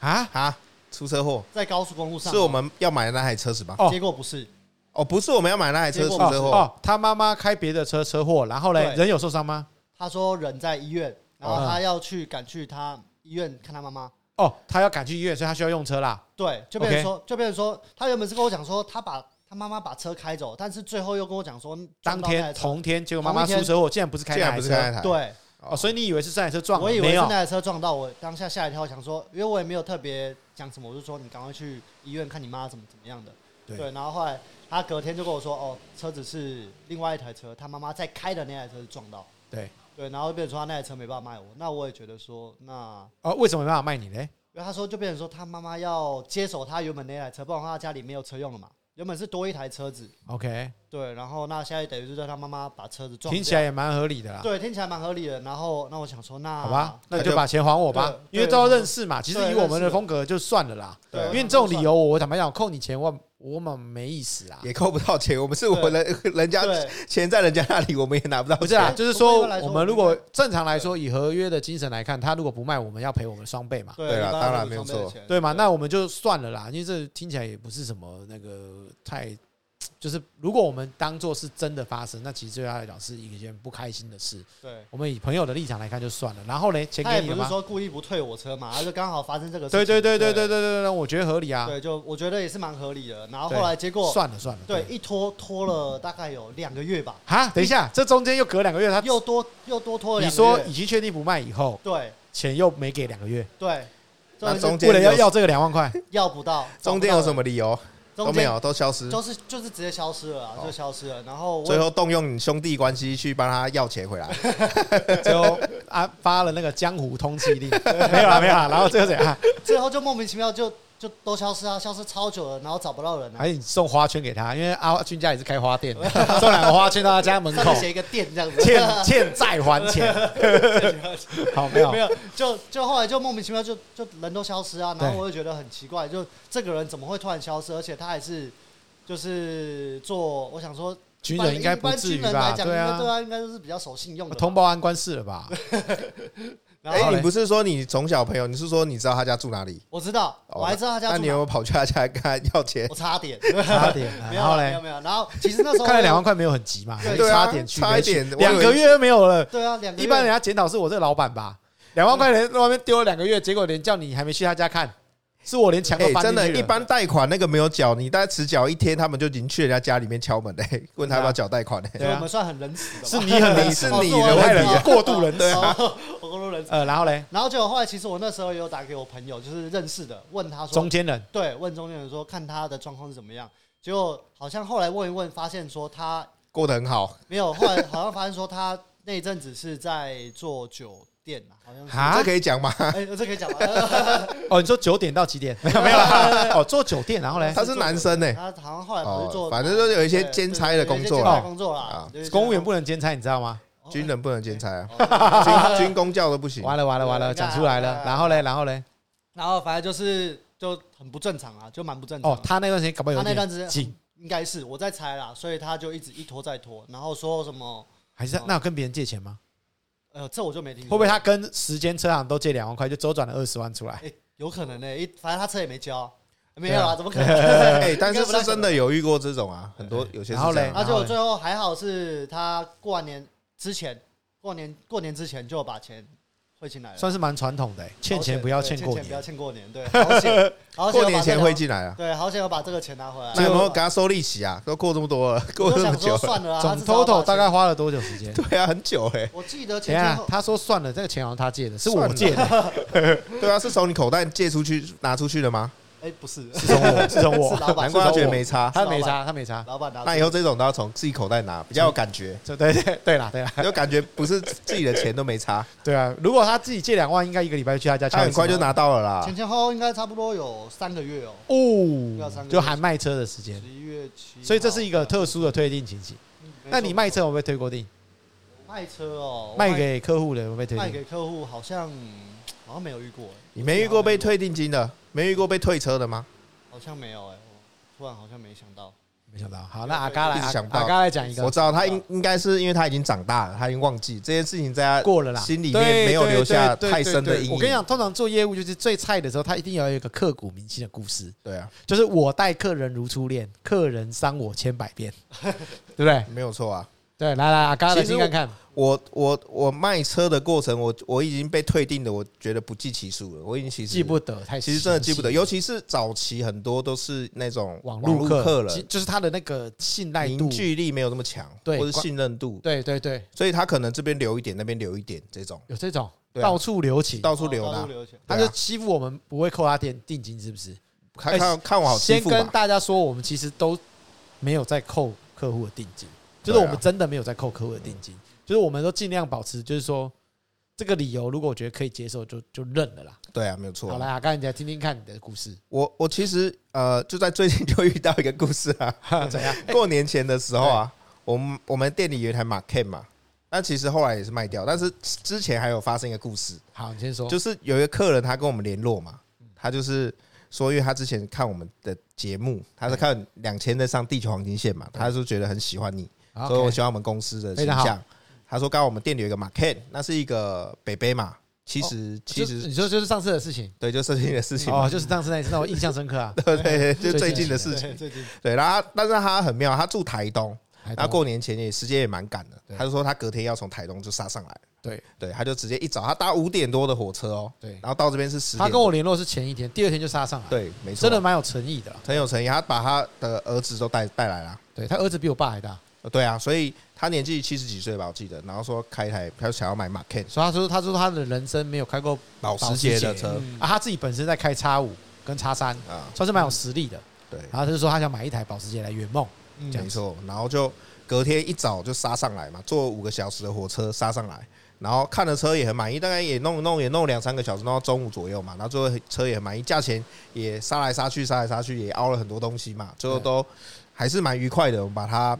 S1: 啊？
S2: 啊，出车祸，
S3: 在高速公路上，
S2: 是我们要买的那台车子吧？
S1: 哦
S3: 结果不是，
S2: 哦，不是我们要买的那台车
S3: 结
S2: 出
S3: 果
S2: 车
S1: 哦
S2: 祸，
S1: 哦，他妈妈开别的车车祸，然后嘞
S3: 对，
S1: 人有受伤吗？
S3: 他说人在医院，然后
S1: 哦
S3: 他要去赶去他医院看他妈妈。
S1: 哦，他要赶去医院，所以他需要用车啦。
S3: 对，就变成说就变成说，他原本是跟我讲说，他把他妈妈把车开走，但是最后又跟我讲说，
S1: 当
S3: 撞到那
S1: 天
S3: 台车
S1: 同天，结果妈
S3: 同
S1: 妈
S3: 一天
S1: 出车祸，竟然不是开
S2: 竟
S1: 那
S2: 然
S1: 台
S2: 不是
S1: 车
S2: 开那台，
S3: 对，
S1: 哦，所以你以为是这台车撞了？
S3: 我以为
S1: 没
S3: 是
S1: 有
S3: 那，台车撞到我，当下吓一跳，想说，因为我也没有特别讲什么，我就说你赶快去医院看你妈怎么怎么样的。
S1: 对
S3: 对，然后后来他隔天就跟我说，哦，车子是另外一台车，他妈妈在开的那台车是撞到。
S1: 对，
S3: 对，然后就变成说他那台车没办法卖我，那我也觉得说，那
S1: 哦，为什么没办法卖你呢？
S3: 因为他说就变成说他妈妈要接手他原本那台车，不然他家里没有车用了嘛。原本是多一台车子，
S1: OK，
S3: 对，然后那现在等于是叫他妈妈把车子撞
S1: 听起
S3: 掉
S1: 来也蛮合理的啦。
S3: 对，听起来蛮合理的。然后那我想说，那
S1: 好吧，那你就把钱还我吧，
S3: 对
S1: 因为都要认识嘛。其实
S3: 对
S1: 以我们的风格就算了啦，
S3: 对，
S1: 因为你这种理由，我坦白讲，我扣你钱，我我们没意思啊啦。
S2: 也扣不到钱，我们是我人 人家
S3: 对
S2: 钱在人家那里，我们也拿不到
S1: 不是
S2: 钱。
S1: 啦，
S3: 对
S1: 就是
S3: 从
S1: 说
S3: 规格来，说
S1: 我们如果
S3: 对
S1: 正常来说，以合约的精神来看，他如果不卖，我们要赔我们双倍嘛，
S3: 对
S2: 对啦
S3: 一般
S2: 当然
S3: 我们
S2: 没有
S3: 双倍的
S2: 错
S3: 钱
S1: 对嘛？那我们就算了啦，因为这听起来也不是什么那个太，就是如果我们当做是真的发生，那其实对他来讲是一件不开心的事。
S3: 对，
S1: 我们以朋友的立场来看就算了，然后呢，钱
S3: 他
S1: 给
S3: 也
S1: 你
S3: 不
S1: 了
S3: 是
S1: 吗？
S3: 说故意不退我车嘛，他啊就刚好发生这个事
S1: 对
S3: 情。
S1: 对对对
S3: 对
S1: 对对对对对，我觉得合理啊，
S3: 对，就我觉得也是蛮合理的。然后
S1: 对
S3: 后来结果
S1: 算了算了。
S3: 对一拖拖了大概有两个月吧，
S1: 啊，等一下，这中间又隔两个月，他
S3: 又多又多拖了
S1: 你
S3: 两个
S1: 说
S3: 月。
S1: 已经确定不卖以后，
S3: 对
S1: 钱又没给两个月，
S3: 对，
S2: 那
S3: 就是
S2: 中间
S1: 为了要
S2: 有
S1: 要这个两万 块，
S3: 要不到，找
S2: 中
S3: 不
S2: 间
S3: 到
S2: 有
S3: 人
S2: 什么理由
S3: 中
S2: 都
S3: 间
S2: 没有，都消失，
S3: 就是就是直接消失了啊，
S2: 哦
S3: 就消失了。然后我
S2: 最后动用你兄弟关系去帮他要钱回来。
S1: 就啊发了那个江湖通缉令，没有啦没有啦，然后最后怎样？
S3: 最后就莫名其妙就就都消失啊，消失超久了，然后找不到人啊，
S1: 还是你送花圈给他，因为阿俊家也是开花店的，送两个花圈到他家门
S3: 上
S1: 口
S3: 面，写一个店这 样 子，
S1: 欠欠债还钱，好没有
S3: 没？有，就就后来就莫名其妙就就人都消失啊，然后
S1: 对
S3: 我就觉得很奇怪，就这个人怎么会突然消失，而且他还是就是做，我想说
S1: 军人应该不至
S3: 一
S1: 于
S3: 般军人来
S1: 吧？
S3: 讲
S1: 对
S3: 应该对
S1: 啊，
S3: 啊，应该就是比较守信用的吧。
S1: 通报安官事了吧？
S3: 然
S2: 哎，
S3: 后
S1: 嘞
S2: 你不是说你从小朋友，你是说你知道他家住哪里？
S3: 我知道，
S2: 哦
S3: 我还知道他家
S2: 那
S3: 住
S2: 你
S3: 哪
S2: 有没有跑去他家跟他要钱
S3: 我？差点，
S1: 差点啊，
S3: 没有
S1: 然后
S3: 啦没
S1: 嘞
S3: 有，没有，然后其实那时候
S1: 看来
S3: 我有
S1: 两万块没有很急嘛，
S3: 对
S1: 还
S2: 啊
S1: 差点去，
S2: 差一
S1: 没去
S2: 点，我以为
S1: 两个月都没有了。
S3: 对啊，两个
S1: 一
S3: 月
S1: 般人家检讨是我这个老板吧，两万块钱在外面丢了两个月，结果连叫你还没去他家看，是我连墙都
S2: 哎、
S1: 搬
S2: 真
S1: 进去
S2: 的，
S1: 了
S2: 一般贷款那个没有缴，你大概迟缴一天，他们就已经去人家家里面敲门嘞、 问他要不要缴贷款嘞、
S1: 对
S3: 所以
S1: 啊
S3: 我们算很仁慈的吧，
S1: 是你很仁
S2: 是
S1: 慈，
S2: 你
S1: 哦
S2: 的
S1: 我
S2: 问
S1: 太
S2: 题
S1: 仁
S2: 啊
S1: 慈过度仁慈。
S3: 哦， 我公路人。
S1: 呃，然后嘞，
S3: 然后结果后来，其实我那时候也有打给我朋友，就是认识的，问他说
S1: 中，间人
S3: 对，问中间人说看他的状况是怎么样。结果好像后来问一问，发现说他
S2: 过得很好，
S3: 没有，后来好像发现说他那一阵子是在做酒店啦，好 像是。
S1: 啊
S2: 嗯这可以讲吗？
S3: 哎、这可以讲吗？然
S1: 哦，你说九点到几点？ 没有没有啦，哦，做酒店，然后嘞，
S2: 他是男生呢，
S3: 他好像后来不啊是
S2: 哦
S3: 做，，
S2: 反正就是有一些兼差的工作
S3: 啦，有一些兼差
S2: 啦
S3: 的，工作啦
S2: 啊，
S3: 有一些
S1: 公务员不能兼差，你知道吗？
S3: 哦
S2: 军人不能兼差啊，
S3: 哦
S2: 军军工教都不行。
S1: 完了完了完了，
S3: 对
S1: 讲出来了。
S3: 那
S1: 然后嘞，然后嘞，
S3: 然后反正就是就很不正常啊，就蛮不正常
S1: 哦
S3: 的。，
S1: 他那段时间搞不好有
S3: 他那段时
S1: 点
S3: 间嗯
S1: 紧，
S3: 应该是我在猜啦，所以他就一直一拖再拖，然后说什么
S1: 还是他
S3: 哦
S1: 那有跟别人借钱吗？
S3: 呃，这我就没听
S1: 会不
S3: 说。
S1: 会他跟时间车行都借两万块，就周转了二十万出来？
S3: 有可能呢、一反正他车也没交，没
S1: 对啊
S3: 有啦，怎么可 能？
S2: 哎，但是
S3: 应该不太
S2: 是
S3: 可
S2: 真的有遇过这种啊，很多有些是
S1: 然后
S2: 这
S1: 嘞
S2: 样。
S3: 然后
S1: 然后
S3: 就
S1: 嘞
S3: 最后还好是他过完年之前，过年过年之前就把钱汇进来了，
S1: 算是蛮传统的欸，欠钱不要
S3: 对
S1: 欠过
S3: 不要
S1: 年。
S3: 欠过年，对，好 险，好
S2: 过
S3: 险我把
S2: 年
S3: 这
S2: 前
S3: 两
S2: 会，进来啊，
S3: 对，好险我把这个钱拿
S1: 哦
S3: 回来。
S2: 那有没有
S3: 我
S2: 给他收利息啊？都过这么多了，过
S3: 我
S2: 这
S3: 就
S2: 么
S3: 想
S2: 久
S3: 说
S2: 了，
S3: 算了啊啦，他
S1: 总
S3: 至少要把
S1: total
S3: 钱
S1: 大概花了多久时间？
S2: 对啊，很久哎，
S3: 我记得
S1: 等
S3: 前
S1: 一
S3: 前
S1: 下
S3: 后，
S1: 他说算了，这个钱好像他借的，是
S2: 算
S1: 我
S2: 了
S1: 借 的，
S2: 对啊，是从你口袋借出去拿出去的吗？
S3: 哎，不是，
S1: 是从我，是从
S3: 是
S1: 我，
S3: 老板
S2: 难怪他觉
S1: 是
S2: 得
S1: 我
S2: 没差。
S1: 他没差，他没差。
S3: 老板拿
S2: 那以后这种都要从自己口袋拿，比较有感 觉，
S1: 这对对对啦，对啦，
S2: 有感觉不是自己的钱都没差，
S1: 对啊。如果他自己借两万，应该一个礼拜 就去他家敲
S2: 他
S1: 一次门，
S2: 很快就拿到了啦
S1: 啊
S3: 前。前后后应该差不多有三个月哦，要
S1: 哦，
S3: 三个嗯
S1: 就含卖车的时
S3: 十
S1: 间。
S3: 一月七，
S1: 所以这是一个特殊的推定情形。
S3: 嗯。没错
S1: 那你卖车有没有推过定？
S3: 卖车哦，我
S1: 卖给客户的有没有推
S3: 卖
S1: 定？
S3: 给客户好像好像没有遇过，欸
S2: 你没遇过被，退定金的，没遇过被退车的吗？
S3: 好像没有哎，我突然好像没想到。
S1: 没想到。好，那阿嘎来，
S2: 一直
S1: 阿
S2: 想不到
S1: 阿嘎来讲一
S2: 我
S1: 个。
S2: 知道他应应该是因为他已经长大了，他已经忘记这件事情，在他
S1: 过了啦，
S2: 心里
S1: 对
S2: 面没有
S1: 对
S2: 留下
S1: 对对
S2: 太深的
S1: 对
S2: 阴影。
S1: 我跟你讲，通常做业务就是最菜的时候，他一定要有一个刻骨铭心的故事，
S2: 对啊，
S1: 就是我待客人如初恋，客人伤我千百 遍，对不对？
S2: 没有错啊。
S1: 对，来来，阿嘎来
S2: 其实
S1: 听看看。
S2: 我我我卖车的过程，我我已经被退定的，我觉得不计其数了。我已经其实
S1: 记不得，太
S2: 其实真的
S1: 详细
S2: 记不得，尤其是早期很多都是那种
S1: 网
S2: 络
S1: 络客
S2: 了
S1: 其，就是他的那个信赖
S2: 凝
S1: 度，
S2: 聚力没有那么强，
S1: 对
S2: 或者
S1: 关
S2: 信任度，
S1: 对对对，
S2: 所以他可能这边留一点，那边留一点，这种
S1: 有这种
S2: 对啊
S1: 到哦处留情，
S2: 到处留的
S3: 到
S2: 啊
S3: 处。留钱。
S1: 他
S2: 对
S1: 就
S2: 啊
S1: 欺负我们不会扣他定定金，是不是？
S2: 看
S1: 哎
S2: 看看我好欺
S1: 先
S2: 负
S1: 跟
S2: 吧，
S1: 大家说，我们其实都没有在扣客户的定金，就是
S2: 对啊
S1: 我们真的没有在扣客户的定金，就是我们都尽量保持，就是说这个理由，如果我觉得可以接受，就就认了啦。
S2: 对啊，没有错
S1: 好
S2: 啊。
S1: 来啊，刚才你来听听看你的故事，
S2: 我我其实呃就在最近 就遇到一个故事 啊，
S1: 怎样？
S2: 过年前的时候啊，我们我们店里有一台马 K 嘛，那其实后来也是卖掉，但是之前还有发生一个故事，
S1: 好，你先说。
S2: 就是有一个客人他跟我们联络嘛，他就是说，因为他之前看我们的节目，他是看两千在上地球黄金线嘛，他就觉得很喜欢你，
S1: 好
S2: 所以我
S1: 嗯 OK
S2: 喜欢我们公司的
S1: 非
S2: 形
S1: 常好
S2: 象。他说，刚好我们店里有一个马 K，那是一个北北嘛，七十七
S1: 哦就是
S2: 十，
S1: 你说就是上次的事情
S2: 对，就最近的事情嘛，
S1: 哦，就是上次那一次让我印象深刻 啊。
S2: 对 对，对就
S1: 最
S2: 最
S1: 近
S2: 近的
S1: 的
S2: 事情
S3: 对，。最近
S2: 对，然后他但是他很妙，他住台东，
S1: 还
S2: 然后过年前也时间也蛮赶的
S1: 对，
S2: 他就说他隔天要从台东就杀上来，
S1: 对
S2: 对，他就直接一早他搭五点多的火车哦，
S1: 对，
S2: 然后到这边是十点，
S1: 他跟我联络是前一天，第二天就杀上来，
S2: 对，没错，
S1: 真的蛮有诚意的啦。
S2: 很有诚意，他把他的儿子都带带来了。
S1: 对他儿子比我爸还大，
S2: 呃对啊，所以他年纪七十几岁吧，我记得。然后说开一台，他想要买马 Ken
S1: 所以他说他说他的人生没有开过
S2: 保
S1: 时
S2: 时
S1: 捷
S2: 捷
S1: 的
S2: 的
S1: 车
S2: 车
S1: 啊，他自己本身在开叉五跟叉三，
S2: 啊，
S1: 算是蛮有实力的。
S2: 对，
S1: 然后他就说他想买一台保时捷来圆梦，
S3: 嗯
S1: 这样
S2: 没错。然后就隔天一早就杀上来嘛，坐五个小时的火车杀上来，然后看了车也很满意，大概也弄弄也弄两三个小时，弄到中午左右嘛。然后最后车也很满意，价钱也杀来杀去，杀来杀去，也凹了很多东西嘛，最后都还是蛮愉快的。我们把它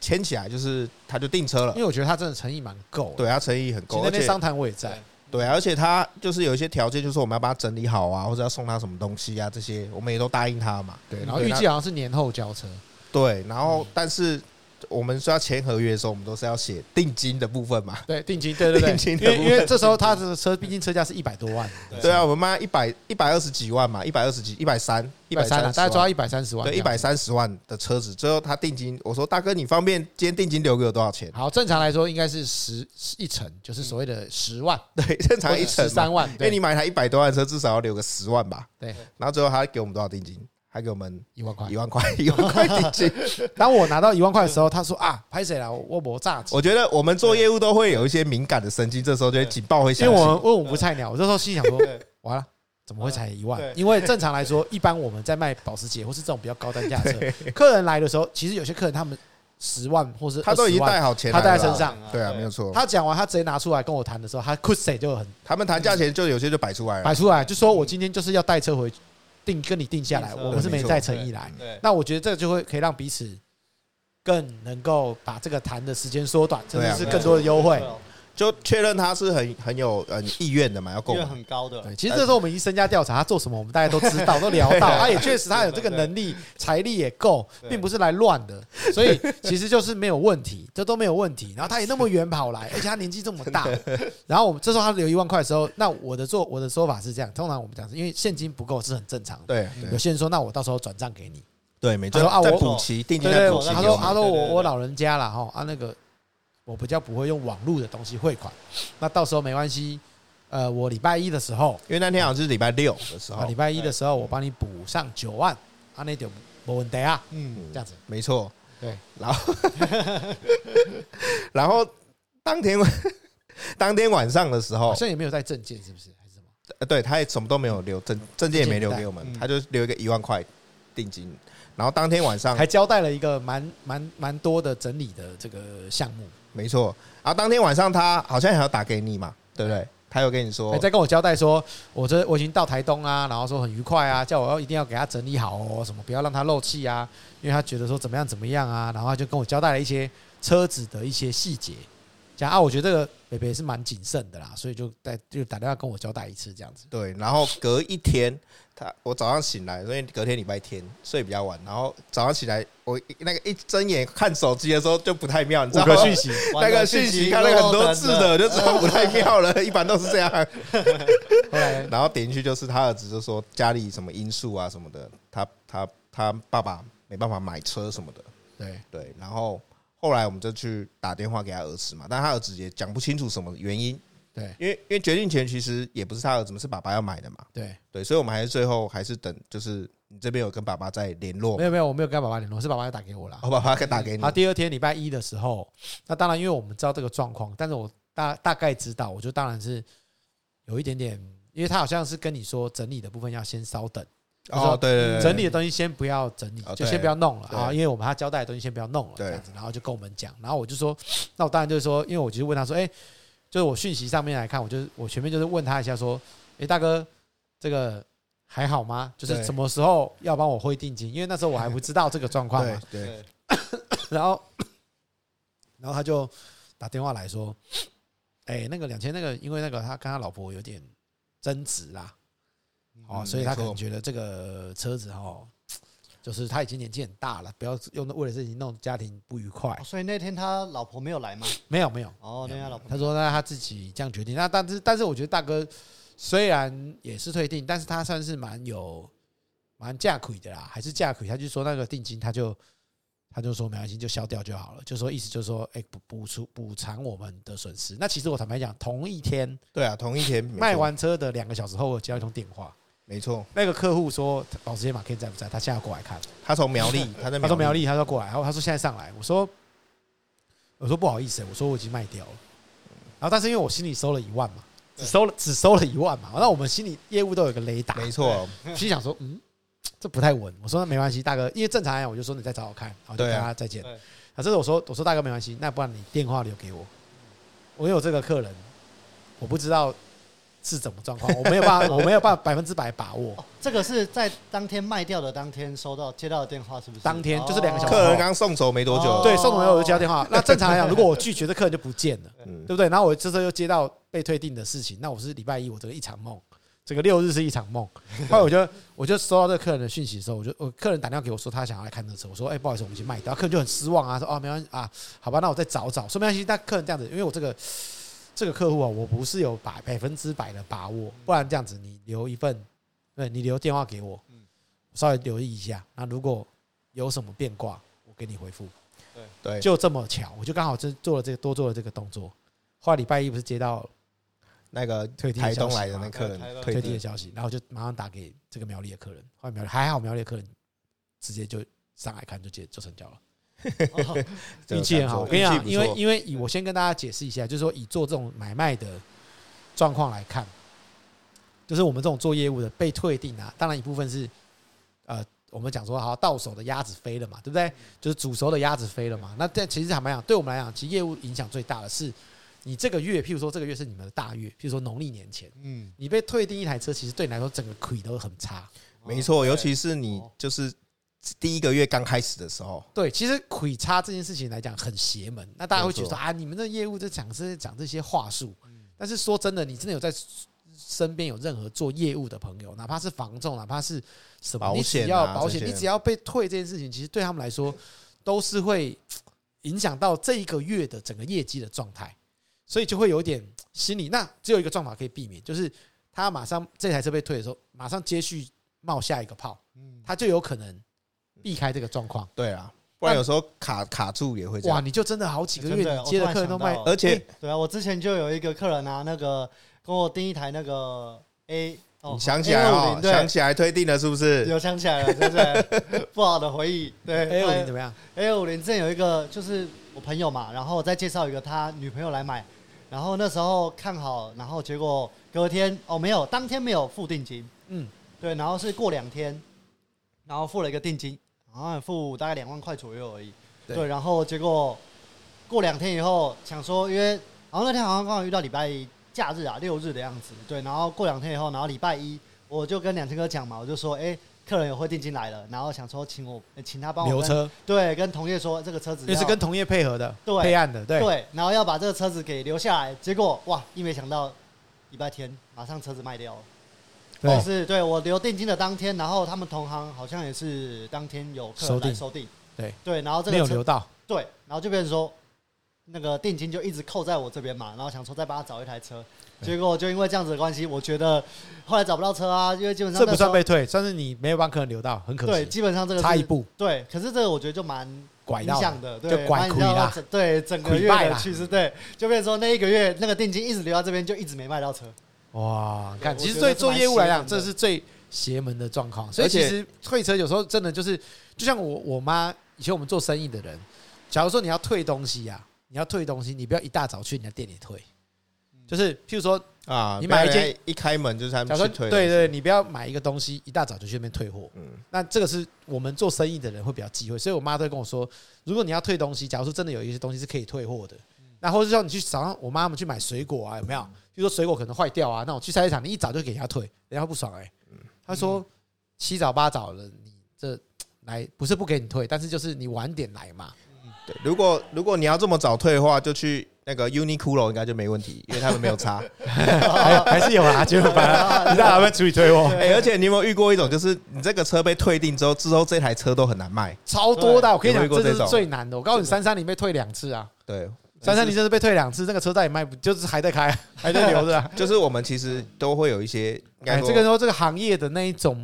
S2: 牵起来，就是他就订车了
S1: 因。为我觉得他真的诚意蛮够的。
S2: 对他诚意很
S1: 其实
S2: 够，
S1: 嗯那
S2: 而
S1: 天
S2: 且
S1: 商谈我也在，
S2: 对啊，而且他就是有一些条件，就是我们要帮他整理好啊，或者要送他什么东西啊，这些我们也都答应他嘛。嗯
S1: 对，然后预计嗯好像是年后交车，
S2: 对，然后但是我们说要签合约的时候，我们都是要写定金的部分嘛。
S1: 对，定金，对对
S2: 定金
S1: 对，
S2: 的
S1: 因为
S2: 部
S1: 因
S2: 分
S1: 为这时候他的车毕竟车价是一百多万，
S2: 对啊，我们卖一百一百二十几万嘛，一百二十几，一百三，
S1: 一
S2: 一
S1: 百
S2: 百
S1: 三
S2: 三
S1: 啊，
S2: 十
S1: 大概抓
S2: 万，
S1: 一百三十万，
S2: 对，一百。三十万的车子。最后他定金，我说大哥，你方便今天定金留给我多少钱？
S1: 好，正常来说应该是十一层，就是所谓的十万，
S2: 对，正常嗯一
S1: 十
S2: 层嘛
S1: 三万，
S2: 因
S1: 对
S2: 为你买台一百多万的车，至少要留个十万吧。
S1: 对
S2: 然后最后他给我们多少定金？还给我们
S1: 一万块
S2: 一。万块，一万块定金。
S1: 当我拿到一万块的时候，他说啊，拍谁啦？我我没炸机，
S2: 我觉得我们做业务都会有一些敏感的神经，这时候就会警报会
S1: 因为
S2: 响
S1: 我
S2: 起。
S1: 们问我不菜鸟，我这时候心想 说，
S3: 对
S1: 完了。怎么会才一万
S3: 对？
S1: 因为正常来说，一般我们在卖保时捷或是这种比较高单价的车，客人来的时候，其实有些客人他们十万或是
S2: 他都已经
S1: 20万
S2: 带好钱来
S1: 他带
S2: 了啦，
S1: 在 身上。
S2: 对啊，没有错。
S1: 他讲完，他直接拿出来跟我谈的时候，他 could say 就很
S2: 他们谈价钱就有些就摆出来了，
S1: 摆出来，就说我今天就是要带车回定跟你定下来，
S3: 定车
S1: 我们是没带诚意来。
S3: 对，
S1: 那我觉得这就会可以让彼此更能够把这个谈的时间缩短，甚
S2: 对啊
S1: 至是更多的优惠
S3: 对。哦
S2: 就确认他是很很有呃很意愿的嘛，要购
S3: 因为
S2: 买。
S3: 很高的，
S1: 对，其实这时候我们已经身家调查，他做什么我们大家都知道，都聊到， 他也确实他有这个能力，财力也够，
S3: 对
S1: 并不是来乱的，所以其实就是没有问题，这都没有问题。然后他也那么远跑来，而且他年纪这么大，然后我们这时候他留一万块的时候，那我的做我的说法是这样，通常我们讲是因为现金不够是很正常的，
S2: 对
S1: 有
S2: 对
S1: 些人说那我到时候转账给你，
S2: 对，没
S1: 他
S2: 错
S1: 说啊。
S2: 在
S1: 我
S2: 补齐，定金
S1: 对
S2: 在
S1: 对，
S2: 补
S1: 我
S2: 齐
S1: 他
S2: 给
S1: 说啊他
S2: 我们。
S1: 说
S3: 对对
S1: 我
S3: 对
S1: 我老人家了哈啊那个我比较不会用网络的东西汇款，那到时候没关系，呃，我礼拜一的时候。
S2: 因为那天好像是礼拜六的时
S1: 啊，
S2: 候
S1: 礼，拜一的时候我帮你补上九万，啊，那就没问题啊，
S3: 嗯，
S1: 这样子。
S2: 没错。
S1: 对，
S2: 然后 然后当天 当天晚上的时候
S1: 好，像也没有带证件，是不是？还是什么？
S2: 呃对，他也什么都没有留，证证件也没留给我们
S3: 嗯，
S2: 他就留一个一万块定金。然后当天晚上，
S1: 还交代了一个蛮蛮蛮多的整理的这个项目，
S2: 没错，然后当天晚上他好像还要打给你嘛，对不对？他有跟你说
S1: 还，在跟我交代说，我这我已经到台东啊，然后说很愉快啊，叫我要一定要给他整理好哦，什么不要让他漏气啊，因为他觉得说怎么样怎么样啊，然后他就跟我交代了一些车子的一些细节，讲啊，我觉得这个北北是蛮谨慎的啦，所以就带就打电话跟我交代一次这样子。
S2: 对，然后隔一天，他我早上醒来，所以隔天礼拜天睡比较晚，然后早上起来，我一那个一睁眼看手机的时候就不太妙，你知道吗？
S1: 息，
S2: 那个讯息看了很多字的，就知 道不太妙了，一 般都是这样。
S1: 后来
S2: 然后点进去就是他儿子就说家里什么因素啊什么的，他他他爸爸没办法买车什么的，
S1: 对。
S2: 对，然后后来我们就去打电话给他儿子嘛，但他儿子也讲不清楚什么原因，
S1: 对
S2: 因为因为决定权其实也不是他儿子嘛，是爸爸要买的嘛，
S1: 对，
S2: 对，所以我们还是最后还是等，就是你这边有跟爸爸在联络哦
S1: 没，有没有，我没有跟爸爸联络，是爸爸打给我啦。
S2: 我爸爸可以打给你
S1: 好，，第二天礼拜一的时候，那当然因为我们知道这个状况，但是我大大概知道，我就当然是有一点点，因为他好像是跟你说整理的部分要先稍等，
S2: 哦，对对对，
S1: 整理的东西先不要整理
S2: 哦，
S1: 就
S2: 对
S1: 先不要弄了
S2: 对
S1: 啊，因为我们他交代的东西先不要弄了，
S2: 对
S1: 这样子，然后就跟我们讲，然后我就说，那我当然就是说，因为我就是问他说，哎，就是我讯息上面来看，我就是我前面就是问他一下说，哎，大哥，这个。还好吗？就是
S2: 对
S1: 什么时候要帮我汇定金？因为那时候我还不知道这个状况嘛
S2: 对，对，
S3: 对，
S1: 然后， 然后他就打电话来说：“哎、那个两千那个，因为那个他跟他老婆有点争执啦，哦，
S2: 嗯
S1: 所以他
S2: 没
S1: 可
S2: 错
S1: 能觉得这个车子哦，就是他已经年纪很大了，不要用为了这情弄家庭不愉快
S3: 哦。所以那天他老婆没有来吗？
S1: 没有没有，
S3: 哦，那天他老婆
S1: 他说那他自己这样决定。那但是但是我觉得大哥虽然也是退订，但是他算是蛮有蛮价亏的啦，还是价亏。他就说那个定金他就他就说没关系，就消掉就好了，就说意思就是说哎补补出补偿我们的损失。那其实我坦白讲，同一天
S2: 对啊，同一天没错
S1: 卖，完车的两个小时后，我接到一通电话，
S2: 没错，
S1: 那个客户说保时捷马 K 在不在？他现在要过来看。
S2: 他从苗 栗，他在
S1: 他说苗栗，他说过来，然后他说现在上来，我说我说不好意思、我说我已经卖掉了，然后但是因为我心里收了一万嘛，只收了只收了一万嘛，那我们心里业务都有一个雷达，
S2: 没错，
S1: 心想说嗯这不太稳，我说那没关系，大哥，因为正常来讲我就说你再找我看，然后就跟
S2: 对啊
S1: 他再见，
S3: 对
S1: 啊，这是我说我说大哥没关系，那不然你电话留给我，我有这个客人，我不知道是怎么状况，我没有办法，我没有办法百分之百把握，
S3: 哦这个是在当天卖掉的当天收到接到的电话，是不哦是？
S1: 当天就是两个小时
S2: 客人刚送走没多久，
S1: 哦对，宋总友我就接到电话，那正常来讲，如果我拒绝，这客人就不见了。
S2: 嗯，
S1: 对不对？然后我这时候又接到被退订的事情，那我是礼拜一，我这个一场梦，整个六日是一场梦。后来我就我就收到这个客人的讯息的时候，我就我客人打电话给我说他想要来看这车，我说哎、不好意思，我们已经卖掉。客人就很失望啊，说哦没关系啊，好吧，那我再找找。说没关系，但客人这样子，因为我这个这个客户啊，我不是有百百分之百的把握，不然这样子你留一份，对你留电话给我，
S2: 嗯
S1: 我稍微留意一下。那如果有什么变卦，我给你回复。
S2: 对，
S1: 就这么巧，我就刚好就做了这个多做了这个动作。后来礼拜一不是接到
S2: 那个台东来的那客人
S1: 退
S2: 退
S1: 订的
S2: 订，
S1: 消息，然后就马上打给这个苗栗的客人。后来苗栗还好，苗栗的客人直接就上来看，就接就成交了，
S3: 哦
S1: 运气很好。我跟你讲，因为
S2: 为
S1: 因为以我先跟大家解释一下，就是说以做这种买卖的状况来看，就是我们这种做业务的被退订啊，当然一部分是呃我们讲说好到手的鸭子飞了嘛，对不对？就是煮熟的鸭子飞了嘛。那但其实坦白讲，对我们来讲，其实业务影响最大的是你这个月，譬如说这个月是你们的大月，譬如说农历年前，
S3: 嗯，
S1: 你被退订一台车，其实对你来说整个亏都很差。
S2: 没错，
S3: 哦对
S2: 尤其是你就是第一个月刚开始的时候，
S1: 对，其实亏差这件事情来讲很邪门，那大家会觉得
S2: 没嗯
S1: 说啊，你们的业务在讲这讲这些话术，但是说真的，你真的有在身边有任何做业务的朋友，哪怕是房仲，哪怕是什么，
S2: 保
S1: 你只
S2: 险
S1: 要
S2: 啊
S1: 保
S2: 这
S1: 险，
S2: 些
S1: 你只要被退这件事情，其实对他们来说都是会影响到这一个月的整个业绩的状态，所以就会有点心理。那只有一个做法可以避免，就是他马上这台车被退的时候，马上接续冒下一个泡，
S2: 嗯
S1: 他就有可能避开这个状况。
S2: 对啊，不然有时候卡卡住也会这
S1: 哇，
S2: 样。
S1: 你就真的好几个月，
S3: 真的
S1: 你接的客人都卖
S3: 我突然想，到
S2: 而且
S3: 对啊，我之前就有一个客人啊，那个跟我订一台那个 A，哦
S2: 你想起来哦
S1: 哎
S2: 想
S3: A50，对，
S2: 起来推定了是不是？
S3: 有想起来了，对不对？ 不好的回忆，对
S1: 哎，我你怎么样？
S3: A 五零之前有一个就是我朋友嘛，然后我再介绍一个他女朋友来买，然后那时候看好，然后结果隔天哦没有，当天没有付定金，
S1: 嗯，
S3: 对，然后是过两天，然后付了一个定金，好像付大概两万块左右而已，
S1: 对
S3: 对，然后结果过两天以后想说，因为然后那天好像刚好遇到礼拜假日啊，六日的样子，对，然后过两天以后，然后礼拜一我就跟两千哥讲嘛，我就说，哎、客人有会定金来了，然后想说请我呃请他帮我
S1: 留
S3: 跟
S1: 车，
S3: 对，跟同业说这个车子
S1: 也
S3: 要
S1: 是跟同业配合的，
S3: 对
S1: 配案的，对，
S3: 对，然后要把这个车子给留下来。结果哇，一没想到礼拜天马上车子卖掉了。
S1: 对
S3: 但是对我留定金的当天，然后他们同行好像也是当天有客
S1: 收
S3: 人来
S1: 定
S3: 收定，
S1: 对
S3: 对，然后这
S1: 没
S3: 个
S1: 有
S3: 车
S1: 留到，
S3: 对，然后就变成说那个定金就一直扣在我这边嘛，然后想说再帮他找一台车，结果就因为这样子的关系，我觉得后来找不到车啊，因为基本上
S1: 这不
S3: 那时
S1: 算
S3: 候
S1: 被退，算是你没有帮客人留到，很可
S3: 对，
S1: 惜，
S3: 基本上这个
S1: 差
S3: 是
S1: 一步
S3: 对，可是这个我觉得就蛮
S1: 拐
S3: 影
S1: 到
S3: 响
S1: 了，
S3: 的，
S1: 就
S3: 对，
S1: 拐
S3: 蛮影
S1: 亏
S3: 响到
S1: 啦
S3: 整对整个
S1: 亏
S3: 月
S1: 败
S3: 的
S1: 啦
S3: 趋势，对，就变成说那一个月那个定金一直留在这边，就一直没卖到车。
S1: 哇，看，
S3: 我
S1: 其实
S3: 觉
S1: 对
S3: 得是
S1: 做
S3: 蛮
S1: 业务来
S3: 邪
S1: 讲，
S3: 门
S1: 这
S3: 的
S1: 是最邪门的状况。所以
S2: 而
S1: 其
S2: 且
S1: 实退车有时候真的就是，就像我我妈以前我们做生意的人，假如说你要退东西呀、你要退东西，你不要一大早去人家店里退，
S3: 嗯
S1: 就是譬如说，
S2: 啊，
S1: 你
S2: 不然
S1: 买一件
S2: 人家一开门就是他
S1: 假
S2: 们
S1: 如说
S2: 去推，
S1: 对，对，你不要买一个东西一大早就去那边退货，
S2: 嗯，
S1: 那这个是我们做生意的人会比较忌讳，所以我妈都会跟我说，如果你要退东西，假如说真的有一些东西是可以退货的，那或者叫你去早上我妈们去买水果啊，有没有？比如说水果可能坏掉啊，那我去菜市场，你一早就给人家退，人家会不爽哎、她说七早八早了，你这来不是不给你退，但是就是你晚点来嘛，
S2: 对。如果如果你要这么早退的话，就去那个 Uniqlo 应该就没问题，因为他们没 有差。
S1: 还 还是有啊，结果反 正你大会处理退货，
S2: 哎，而且你有没有遇过一种，就是你这个车被退订之后，之后这台车都很难卖？
S1: 超多的，我跟你
S2: 有
S1: 讲，
S2: 遇过
S1: 这
S2: 这
S1: 是
S2: 种
S1: 最难的。我告诉你，三三零被退两次啊，
S2: 对，
S1: 三三零真是被退两次，那个车再也卖不，就是还在 开，还在留着、啊。
S2: 就是我们其实都会有一些，应该
S1: 哎，
S2: 说
S1: 这个时候这个行业的那一种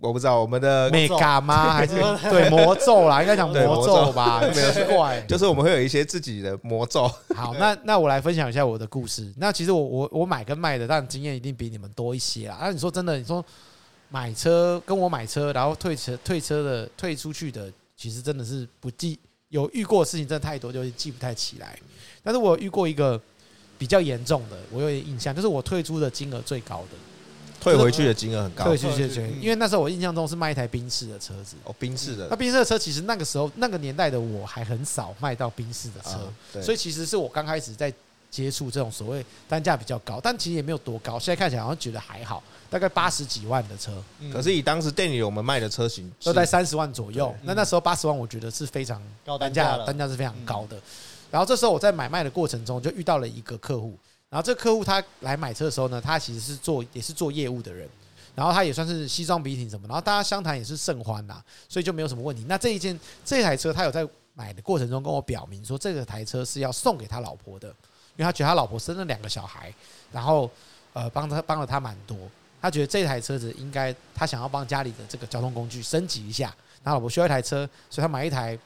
S2: 我不知道我们的
S1: 美嘎 吗？还是对魔咒啦？应该讲
S2: 对
S1: 魔咒 吧？
S2: 魔咒
S1: 奇怪。
S2: 就是我们会有一些自己的魔咒，
S1: 好，那那我来分享一下我的故事。那其实我我我买跟卖的，当然经验一定比你们多一些啦。那啊你说真的，你说买车跟我买车，然后退车退车的退出去的，其实真的是不记有遇过的事情真的太多，就是记不太起来。但是我有遇过一个比较严重的，我有点印象，就是我退出的金额最高的，
S2: 退回去的金额很高
S1: 退。出去的金额
S3: 高嗯
S1: 因为那时候我印象中是卖一台宾士的车子，
S2: 哦，宾士
S1: 那
S2: 的
S1: 宾士的车其实那个时候那个年代的我还很少卖到宾士的车，
S2: 啊，对
S1: 所以其实是我刚开始在接触这种所谓单价比较高，但其实也没有多高，现在看起来好像觉得还好，大概八十几万的车
S3: 嗯
S2: 可是以当时店里我们卖的车型
S1: 都在三十万左右
S2: 对，
S1: 那那时候八十万我觉得是非常
S3: 高
S1: 单
S3: 单
S1: 价
S3: 价了
S1: 单价是非常高的。然后这时候我在买卖的过程中就遇到了一个客户，然后这个客户他来买车的时候呢，他其实是做也是做业务的人，然后他也算是西装笔挺什么，然后大家相谈也是甚欢呐、所以就没有什么问题。那这一件这台车他有在买的过程中跟我表明说，这个台车是要送给他老婆的，因为他觉得他老婆生了两个小孩，然后呃帮他帮了他蛮多。他觉得这台车子应该，他想要帮家里的这个交通工具升级一下，他老婆需要一台车，所以他买一台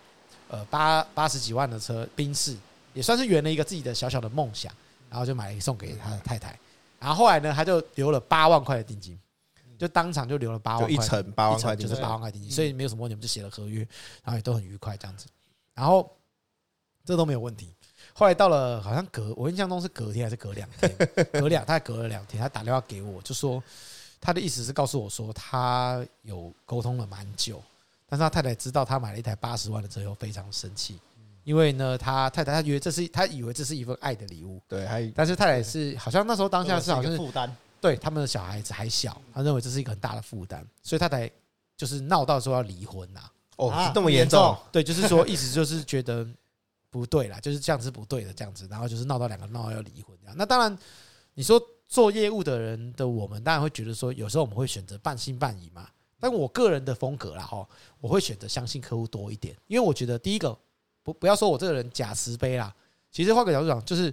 S1: 呃八八十几万的车宾士，也算是圆了一个自己的小小的梦想，然后就买了一个送给他的太太。然后后来呢，他就留了八万块的定金，就当场就留了八万
S2: 就
S1: 块，
S2: 一层八
S1: 一
S2: 万
S1: 层
S2: 块
S1: 就
S2: 钱
S1: 是八万块定金，所以没有什么问题，我们就写了合约，然后也都很愉快这样子，然后这都没有问题。后来到了好 像隔我印象中是隔天还是隔两天，隔两他隔了两天，他打电话给我就说他的意思是告诉我说，他有沟通了蛮久，但是他太太知道他买了一台八十万的车以后非常生气，
S2: 嗯
S1: 因为呢，他太太他觉得这是他以为这是一份爱的礼物，
S2: 对，还
S1: 但是太太是好像那时候当下是好像
S3: 一
S1: 是
S3: 个负担，
S1: 对他们的小孩子还小，他认为这是一个很大的负担，所以他才就是闹到说要离婚呐、
S2: 哦
S3: 啊
S2: 这么严重
S3: 严，
S1: 对，就是说意思就是觉得不对啦，就是这样是不对的这样子，然后就是闹到两个闹到要离婚这样。那当然，你说做业务的人的我们，当然会觉得说，有时候我们会选择半信半疑嘛。但我个人的风格啦，哈，我会选择相信客户多一点，因为我觉得第一个不不要说我这个人假慈悲啦，其实换个角度讲，就是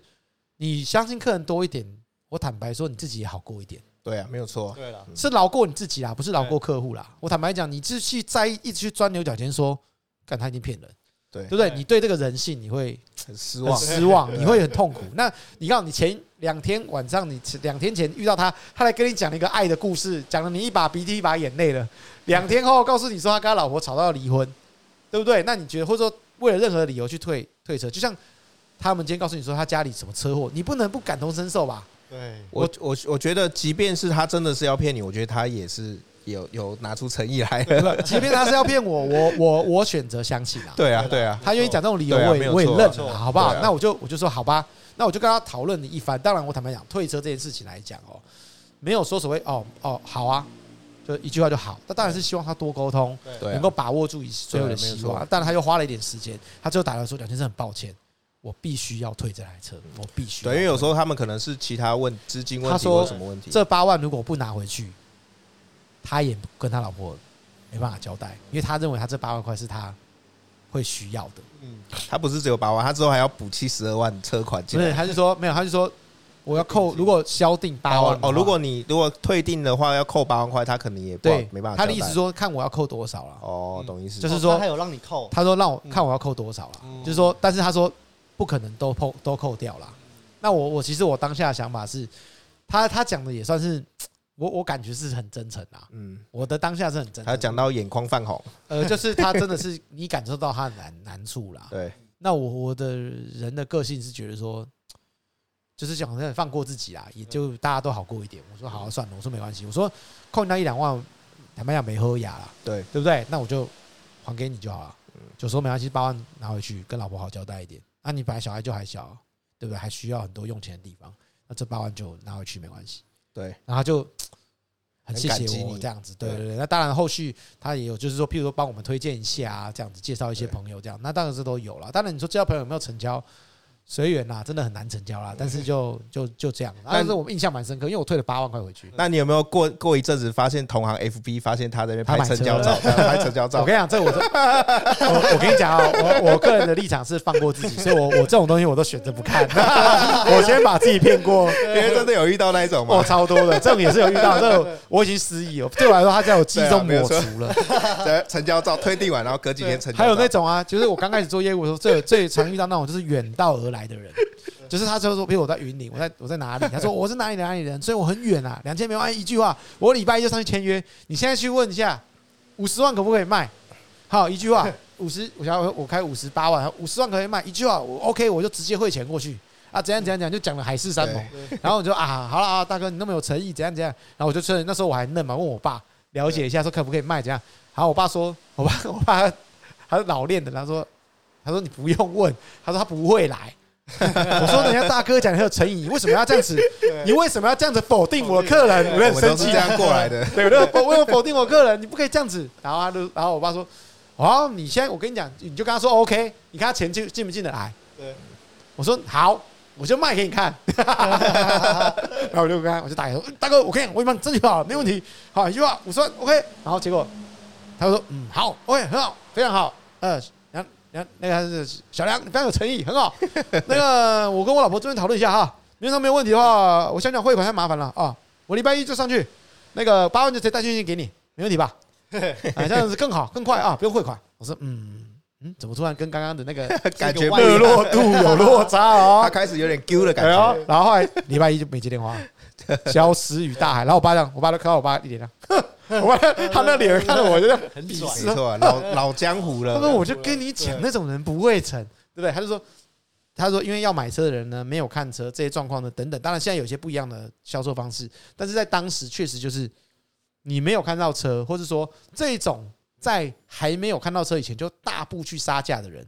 S1: 你相信客人多一点，我坦白说你自己也好过一点。
S2: 对啊，没有错，
S3: 对了，
S1: 是饶过你自己啦，不是饶过客户啦。我坦白讲，你是去在意，一直去钻牛角尖说，干他已经骗人，
S2: 对
S1: 对不对？
S3: 对
S1: 你对这个人性你会
S2: 很失
S1: 很
S2: 望，
S1: 失望，你会很痛苦。那你看你前两天晚上，你两天前遇到他，他来跟你讲了一个爱的故事，讲了你一把鼻涕一把眼泪了。两天后告诉你说他跟他老婆吵到要离婚，对不对？那你觉得或者说为了任何理由去退退车，就像他们今天告诉你说他家里什么车祸，你不能不感同身受吧？
S3: 对，
S2: 我我我觉得，即便是他真的是要骗你，我觉得他也是有有拿出诚意 来的。
S1: 即便他是要骗我，我我我选择相信啊。
S2: 对啊，对啊，
S1: 他愿意讲这种理由，
S2: 对啊
S1: 我
S2: 没
S1: 也、
S2: 有
S1: 我也
S2: 错啊
S1: 认
S2: 没
S1: 了
S3: 错
S1: 啦，好不好？
S2: 对啊
S1: 那我就我就说好吧，那我就跟他讨论了一番。当然，我坦白讲，退车这件事情来讲哦，没有说所谓哦哦好啊，就一句话就好。那当然是希望他多沟通，
S2: 对
S1: 能
S2: 啊
S1: 够，把握住一最后的
S2: 对啊没有
S1: 希
S2: 错
S1: 望。但他又花了一点时间，他最后打来说：“梁先生，很抱歉，我必须要退这台车，我必须。”
S2: 嗯对，因为有时候他们可能是其他问资金问
S1: 他
S2: 题
S1: 说
S2: 或什么问题。
S1: 这八万如果不拿回去，他也跟他老婆没办法交代，因为他认为他这八万块是他会需要的。
S3: 嗯，
S2: 他不是只有八万，他之后还要补七十二万车款进
S1: 不是，
S2: 来。
S1: 他就说没有，他就说我要扣，如果销定八万的话
S2: 哦，如果你如果退订的话，要扣八万块，他可能也不好
S1: 对
S2: 没办法交代。
S1: 他的意思说看我要扣多少了。
S2: 哦，
S3: 嗯
S2: 懂意思，
S1: 就是说
S3: 他有让你扣，
S1: 他说让我
S3: 嗯
S1: 看我要扣多少了，
S3: 嗯
S1: 就是说，但是他说不可能都扣都扣掉了。那我我其实我当下的想法是，他他讲的也算是我我感觉是很真诚啊，
S2: 嗯，
S1: 我的当下是很真诚。
S2: 他讲到眼眶泛红，
S1: 呃，就是他真的是你感受到他的难难处啦。
S2: 对，
S1: 那我我的人的个性是觉得说，就是讲真的放过自己啦，也就大家都好过一点。我说好、啊、算了，我说没关系，我说扣你那一两万，坦白讲没喝牙啦，
S2: 对
S1: 对不对？那我就还给你就好了，就说没关系，八万拿回去跟老婆好交代一点。那、你本来小孩就还小，啊对不对？还需要很多用钱的地方，那这八万就拿回去没关系。
S2: 对，
S1: 然后他就很谢
S2: 很感激
S1: 谢我
S2: 你
S1: 这样子，对对对。那当然后续他也有，就是说，譬如说帮我们推荐一下啊，这样子介绍一些
S2: 对
S1: 朋友这样，那当然是都有了。当然你说介绍朋友有没有成交，随缘啦，真的很难成交啦。但是就就就这样，啊但是我们印象蛮深刻，因为我退了八万块回去。
S2: 那你有没有过过一阵子发现同行 FB 发现他在那边
S1: 他
S2: 拍
S1: 买车
S2: 成交照， 拍成交
S1: 我
S2: 照？
S1: 跟你讲，这我都 我我跟你讲啊、我我个人的立场是放过自己，所以我我这种东西我都选择不看， 我先把自己骗过。
S2: 因为真的有遇到那一种
S1: 哦，
S2: 嘛，
S1: 超多的，这种也是有遇到，这种我已经失忆了。对我来说，他在我记忆中抹除了。
S2: 在成交照推定完，然后隔几天成交照，
S1: 还有那种啊，就是我刚开始做业务的时候，最 最常遇到那种就是远道而来的人，就是他就说，比如我在云林，我在我在哪里，他说我是哪里哪里人，所以我很远啊，两千没万一句话，我礼拜一就上去签约，你现在去问一下，五十万可不可以卖？好，一句话，五十，我想我开五十八万，五十万可不可以卖，一句话，我 OK，我就直接汇钱过去啊，怎样怎样怎样，就讲了海誓山盟。然后我就啊，好了啊，大哥你那么有诚意，怎样怎样？然后我就趁那时候我还嫩嘛，问我爸了解一下，说可不可以卖怎样？然后我爸说，我爸 我爸他是老练的，他说他说你不用问，他说他不会来。 我说人家大哥讲得很有诚意，你为什么要这样子？你为什么要这样子否定我的客人？我
S2: 我
S1: 很
S2: 们
S1: 生
S2: 都 是
S1: 气
S2: 这。样过来的。
S1: 对，我就否我有否定我客人，你不可以这样子。然后他就，然后我爸说，哦，你现在我跟你讲，你就跟他说 OK，你看他钱进进不进得来。
S3: 对，
S1: 我说好，我就卖给你看。然后我就跟他，我就打给他说，大哥，我跟你讲，我帮你争取好了，没问题。好，一句话，我说嗯 OK。然后结果他说，嗯，好，OK，很好，非常好。呃，然后然后那个他是小梁，你非常有诚意，很好。那个我跟我老婆这边讨论一下哈，如果没有问题的话，我想想汇款太麻烦了啊，我礼拜一就上去，那个八万就直接带现金给你，没问题吧？啊，这样子更好更快啊，不用汇款。我说嗯嗯，怎么突然跟刚刚的那个
S2: 感觉不一
S1: 热
S2: 样，
S1: 络度有落差哦
S2: 他？开始有点丢的感
S1: 对
S2: 觉
S1: 哦。，然后后来礼拜一就没接电话，消失于大海。然后我爸这样，我爸都看到我爸一脸这样，我爸 他那脸看到我就这样，
S3: 很
S1: 鄙
S3: 拽
S1: 视，
S2: 没错，老老江湖
S1: 他说
S2: 了。
S1: 我就跟你讲，那种人不会成，对不对？他就说，他说因为要买车的人呢，没有看车这些状况呢，等等。当然现在有些不一样的销售方式，但是在当时确实就是你没有看到车，或是说这种在还没有看到车以前就大步去杀价的人，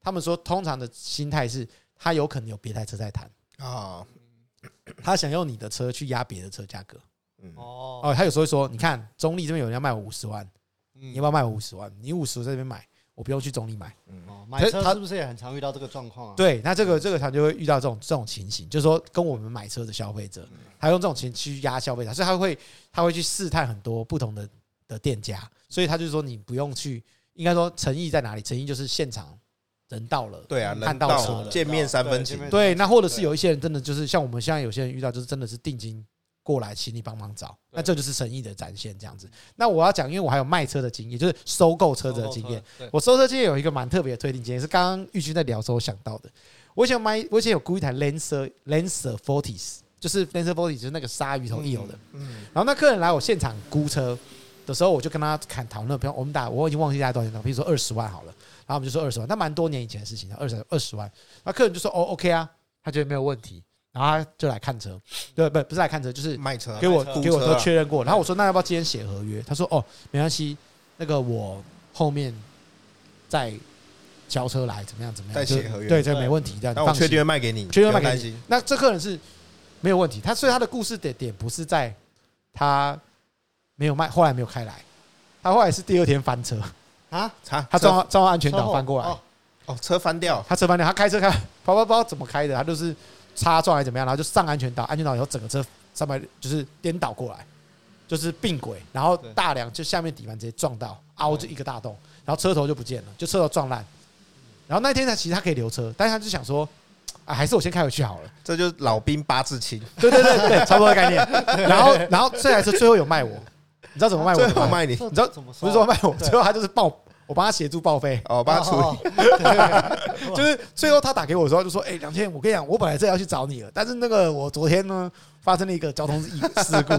S1: 他们说通常的心态是，他有可能有别台车在谈，
S2: 啊，
S1: 他想用你的车去压别的车价格。
S2: 嗯，
S3: 哦，
S1: 哦，他有时候会说，你看中立这边有人要卖我五十万，你
S3: 嗯
S1: 要不要卖我五十万？你五十在这边买，我不用去中立买。
S3: 哦，买车是不是也很常遇到这个状况啊？，
S1: 对，那这个这个他就会遇到这种这种情形，就是说跟我们买车的消费者，他用这种情去压消费者，所以他会他会去试探很多不同的的店家，所以他就说你不用去，应该说诚意在哪里？诚意就是现场人到了，
S2: 对啊，
S1: 看
S2: 人
S1: 到
S2: 到
S1: 车
S2: 了
S1: 了
S2: 见面三分
S3: 对见
S2: 情
S3: 面，
S1: 对，那或者是有一些人真的就是像我们现在有些人遇到，就是真的是定金过来，请你帮忙找，那这就是诚意的展现这样子。那我要讲，因为我还有卖车的经验，就是收购车子的经验。
S3: 对，
S1: 我收车经验有一个蛮特别的推定经验，是刚刚玉军在聊的时候想到的。我以前有买，我以前有估一台 Lancer Lancer Forties，就是 Lancer Forties 就是那个鲨鱼头一有的。
S2: 嗯，
S1: 然后那客人来我现场估车的时候，我就跟他砍讨论，比如我们打我已经忘记大家多少钱了，比如说二十万好了，然后我们就说二十万，那蛮多年以前的事情了，二十二十万，那客人就说哦 OK 啊，他觉得没有问题，然后他就来看车，对不不是来看车，就是
S2: 卖车
S1: 给我
S3: 买车
S1: 给我都
S2: 啊
S1: 确认过，然后我说那要不要今天写合约？他说哦没关系，那个我后面再交车来怎么样怎么样，
S2: 再写
S1: 就
S2: 合约
S1: 对这个没问题，这样
S2: 那我
S1: 放
S2: 确
S1: 心。
S2: 定会卖给你，
S1: 确定会
S2: 不
S1: 卖
S2: 用
S1: 给
S2: 担
S1: 你
S2: 心。
S1: 那这客人是没有问题，他所以他的故事的点不是在他没有卖，后来没有开来，他后来是第二天翻车，
S3: 啊，
S2: 他
S1: 他撞
S2: 车
S1: 到撞到安全
S3: 车
S1: 岛
S3: 祸
S1: 翻过来
S3: 哦，
S2: 哦，车翻掉，
S1: 他车翻掉，他开车开跑跑不知道怎么开的，他就是擦撞还是怎么样，然后就上安全岛，安全岛以后整个车三百就是颠倒过来，就是并轨，然后
S3: 对
S1: 大梁就下面底盘直接撞到凹就一个大洞，然后车头就不见了，就车头撞烂。然后那天他其实他可以留车，但是他就想说，啊，还是我先开回去好了。
S2: 这就是老兵八字亲，
S1: 对对对对，差不多的概念。 然后然后这台车最后有卖我，你知道怎么卖
S2: 最
S1: 哎我
S2: 后
S1: 吗？
S2: 卖你哦
S3: 这
S1: 你知道
S3: 怎么
S1: 不是说
S3: 吗？
S1: 卖我，最后他就是报我帮他协助报废，
S2: 哦，帮他处 理。
S3: 哦
S1: 就是最后他打给我的时候就说：“哎，两千，我跟你讲，我本来这要去找你了，但是那个我昨天呢发生了一个交通意事故，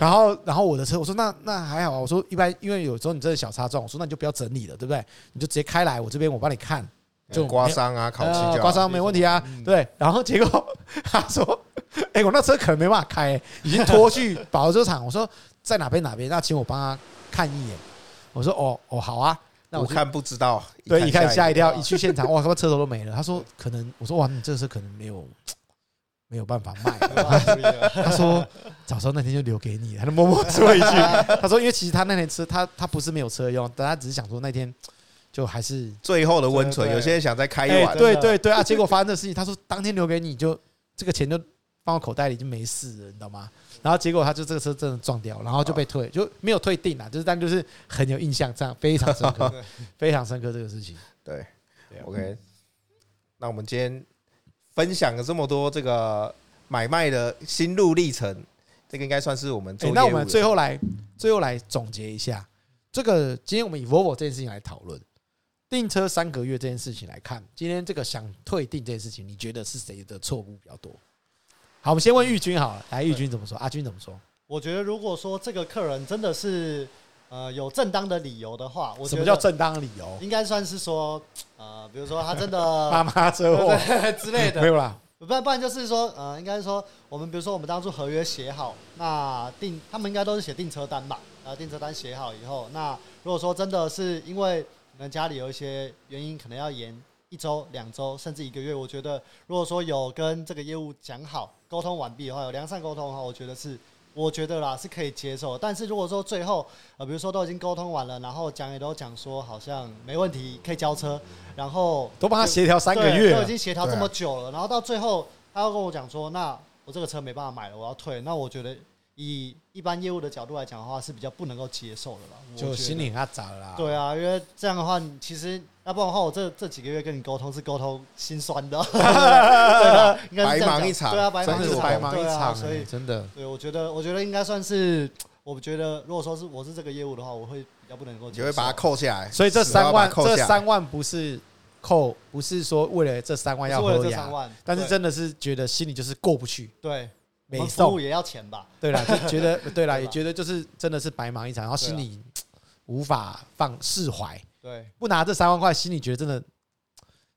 S1: 然后然后我的车，我说那那还好啊，我说一般因为有时候你这是小擦撞，我说那你就不要整理了，对不对？你就直接开来我这边，我帮你看，就
S2: 刮伤啊，烤漆
S1: 呃
S2: 就
S1: 刮
S2: 好。
S1: 伤没问题啊，对。然后结果 他说：“哎、我那车可能没办法开、欸已经拖去保车厂。”我说：“在哪边哪边？那请我帮他看一眼。”我说：“哦哦，好啊。”那
S2: 我
S1: 我就
S2: 看不知道，
S1: 对一看吓一
S2: 一
S1: 跳，一去现场，哇，他妈车头都没了。他说：“可能。”我说：“哇，你这个车可能没有没有办法卖。
S3: 没办法处理了”
S1: 他说：“早知道那天就留给你。”他就默默说了一句：“他说，因为其实他那天车，他他不是没有车用，但他只是想说那天就还是
S2: 最后的温存，
S3: 对对
S2: 有些人想再开
S1: 哎，
S2: 一碗，
S1: 对
S3: 真的
S1: 对对啊！结果发生这事情，他说当天留给你就这个钱就放我口袋里就没事了，你知道吗？然后结果他就这个车真的撞掉，然后就被退，就没有退订啊，就是但就是很有印象，这样非常深 刻
S3: 对，
S1: 非常深刻这个事情。
S2: 对
S1: 对啊
S2: ，OK。那我们今天分享了这么多这个买卖的心路历程，这个应该算是我们做
S1: 哎
S2: 业务的。
S1: 那我们最后来最后来总结一下，这个今天我们以 Volvo 这件事情来讨论。订车三个月这件事情来看，今天这个想退订这件事情，你觉得是谁的错误比较多？好，我们先问玉军好了，来，玉军怎么说？阿军怎么说？
S3: 我觉得如果说这个客人真的是呃有正当的理由的话，我
S1: 什
S3: 觉
S1: 么叫
S3: 得
S1: 正当理由？
S3: 应该算是说呃，比如说他真的
S1: 爸妈车 祸，
S3: 之类的
S1: 没，有啦，
S3: 不然不然就是说，呃，应该是说我们比如说我们当初合约写好，那订他们应该都是写订车单吧？呃，订车单写好以后，那如果说真的是因为可能家里有一些原因，可能要延一周、两周甚至一个月，我觉得如果说有跟这个业务讲好、沟通完毕的话，有良善沟通的话，我觉得是。我觉得啦是可以接受，但是如果说最后呃，比如说都已经沟通完了，然后讲也都讲说好像没问题，可以交车，然后
S1: 都帮他协调三个
S3: 对
S1: 月
S3: 都已
S1: 了，
S3: 经协调这么久了，然后到最后他要跟我讲说，那我这个车没办法买了，我要退。那我觉得以一般业务的角度来讲的话，是比较不能够接受的啦。我觉
S1: 就
S3: 得
S1: 心里很阿杂了啦。
S3: 对啊，因为这样的话，你其实要不然的话，我这这几个月跟你沟通是沟通心酸的， 对吧？应该是
S2: 白
S3: 这样
S2: 忙
S3: 讲
S2: 一场
S3: 对啊，白
S1: 真
S3: 忙
S1: 的
S3: 一
S1: 是
S3: 场，
S1: 白忙一
S3: 对啊
S1: 场，欸
S3: 所以，
S1: 真的。
S3: 对我觉得，我觉得应该算是，我觉得如果说是我是这个业务的话，我会比较不能够
S2: 你
S3: 接
S2: 就
S3: 受，
S2: 会把它扣下来，
S1: 所以这三万，
S2: 死都要
S1: 这
S2: 把它扣下来
S1: 三万不是扣，不是说为了这三万要
S3: 是为了
S1: 喝
S3: 这
S1: 牙
S3: 三，万，
S1: 但是真的是觉得心里就是过不去，
S3: 对，
S1: 没
S3: 对我们服
S1: 送
S3: 务。也要钱吧？
S1: 对啦，就觉得对啦，
S3: 对吧
S1: 也觉得就是真的是白忙一场，然后心里无法放释怀，
S3: 对。
S1: 不拿这三万块，心里觉得真的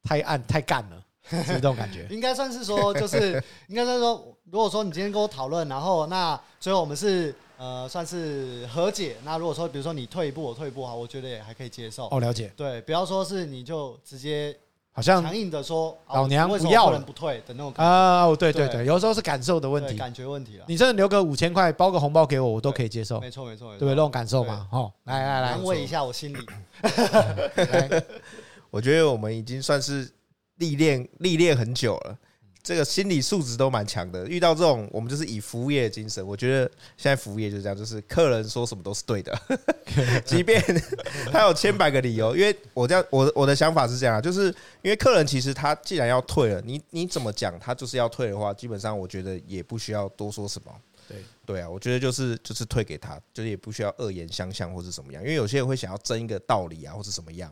S1: 太暗太干了，是不是这种感 觉？
S3: 应该 算是说，就是应该算是说，如果说你今天跟我讨论，然后那最后我们是呃算是和解。那如果说比如说你退一步，我退一步，好，我觉得也还可以接受。
S1: 哦，了解，
S3: 对，不要说是你就直接
S1: 好像
S3: 强硬的说啊
S1: 老
S3: 我
S1: 娘
S3: 为什
S1: 不
S3: 么
S1: 要
S3: 不能
S1: 了
S3: 不退的那种感
S1: 啊，哦，对对
S3: 对
S1: 对，有的时候是感受的问
S3: 对
S1: 题。哦
S3: 感觉问题了。
S1: 你真的留个五千块，包个红包给我，我都可以接受，
S3: 没错没错没
S1: 对不
S3: 错，
S1: 对？那种感受嘛，哦，来来来
S3: 安慰一下我心里。
S1: 来，
S2: 我觉得我们已经算是历练历练很久了，这个心理素质都蛮强的。遇到这种，我们就是以服务业的精神。我觉得现在服务业就是这样，就是客人说什么都是对的，即便他有千百个理由。因为我这样，我我的想法是这样啊，就是因为客人其实他既然要退了，你你怎么讲他就是要退的话，基本上我觉得也不需要多说什么。
S1: 对
S2: 对啊，我觉得就是就是退给他，就是也不需要恶言相向或是怎么样，因为有些人会想要争一个道理啊，或是怎么样。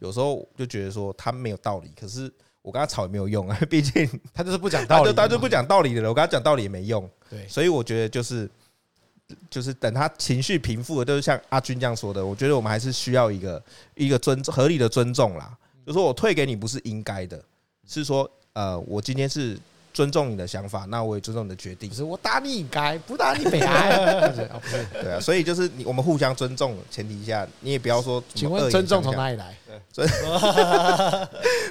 S2: 有时候就觉得说他没有道理，可是我跟他吵也没 有用啊，毕竟
S1: 他就是不讲道
S2: 他
S1: 理
S2: 就
S1: 嘛，
S2: 他就不讲道理的了，我跟他讲道理也没用，
S1: 对，
S2: 所以我觉得就是就是等他情绪平复了，就是像阿军这样说的，我觉得我们还是需要一个一个尊合理的尊重啦，
S1: 嗯
S2: 就说我退给你不是应该的，是说呃我今天是尊重你的想法，那我也尊重你的决 定
S1: 不，是我打你应该，不打你北哀，不是哦不是
S2: 对啊，所以就是你我们互相尊重的前提下，你也不要说什
S1: 请
S2: 么恶
S1: 问
S2: 言
S1: 尊重
S2: 相
S1: 从
S2: 向
S1: 哪里来？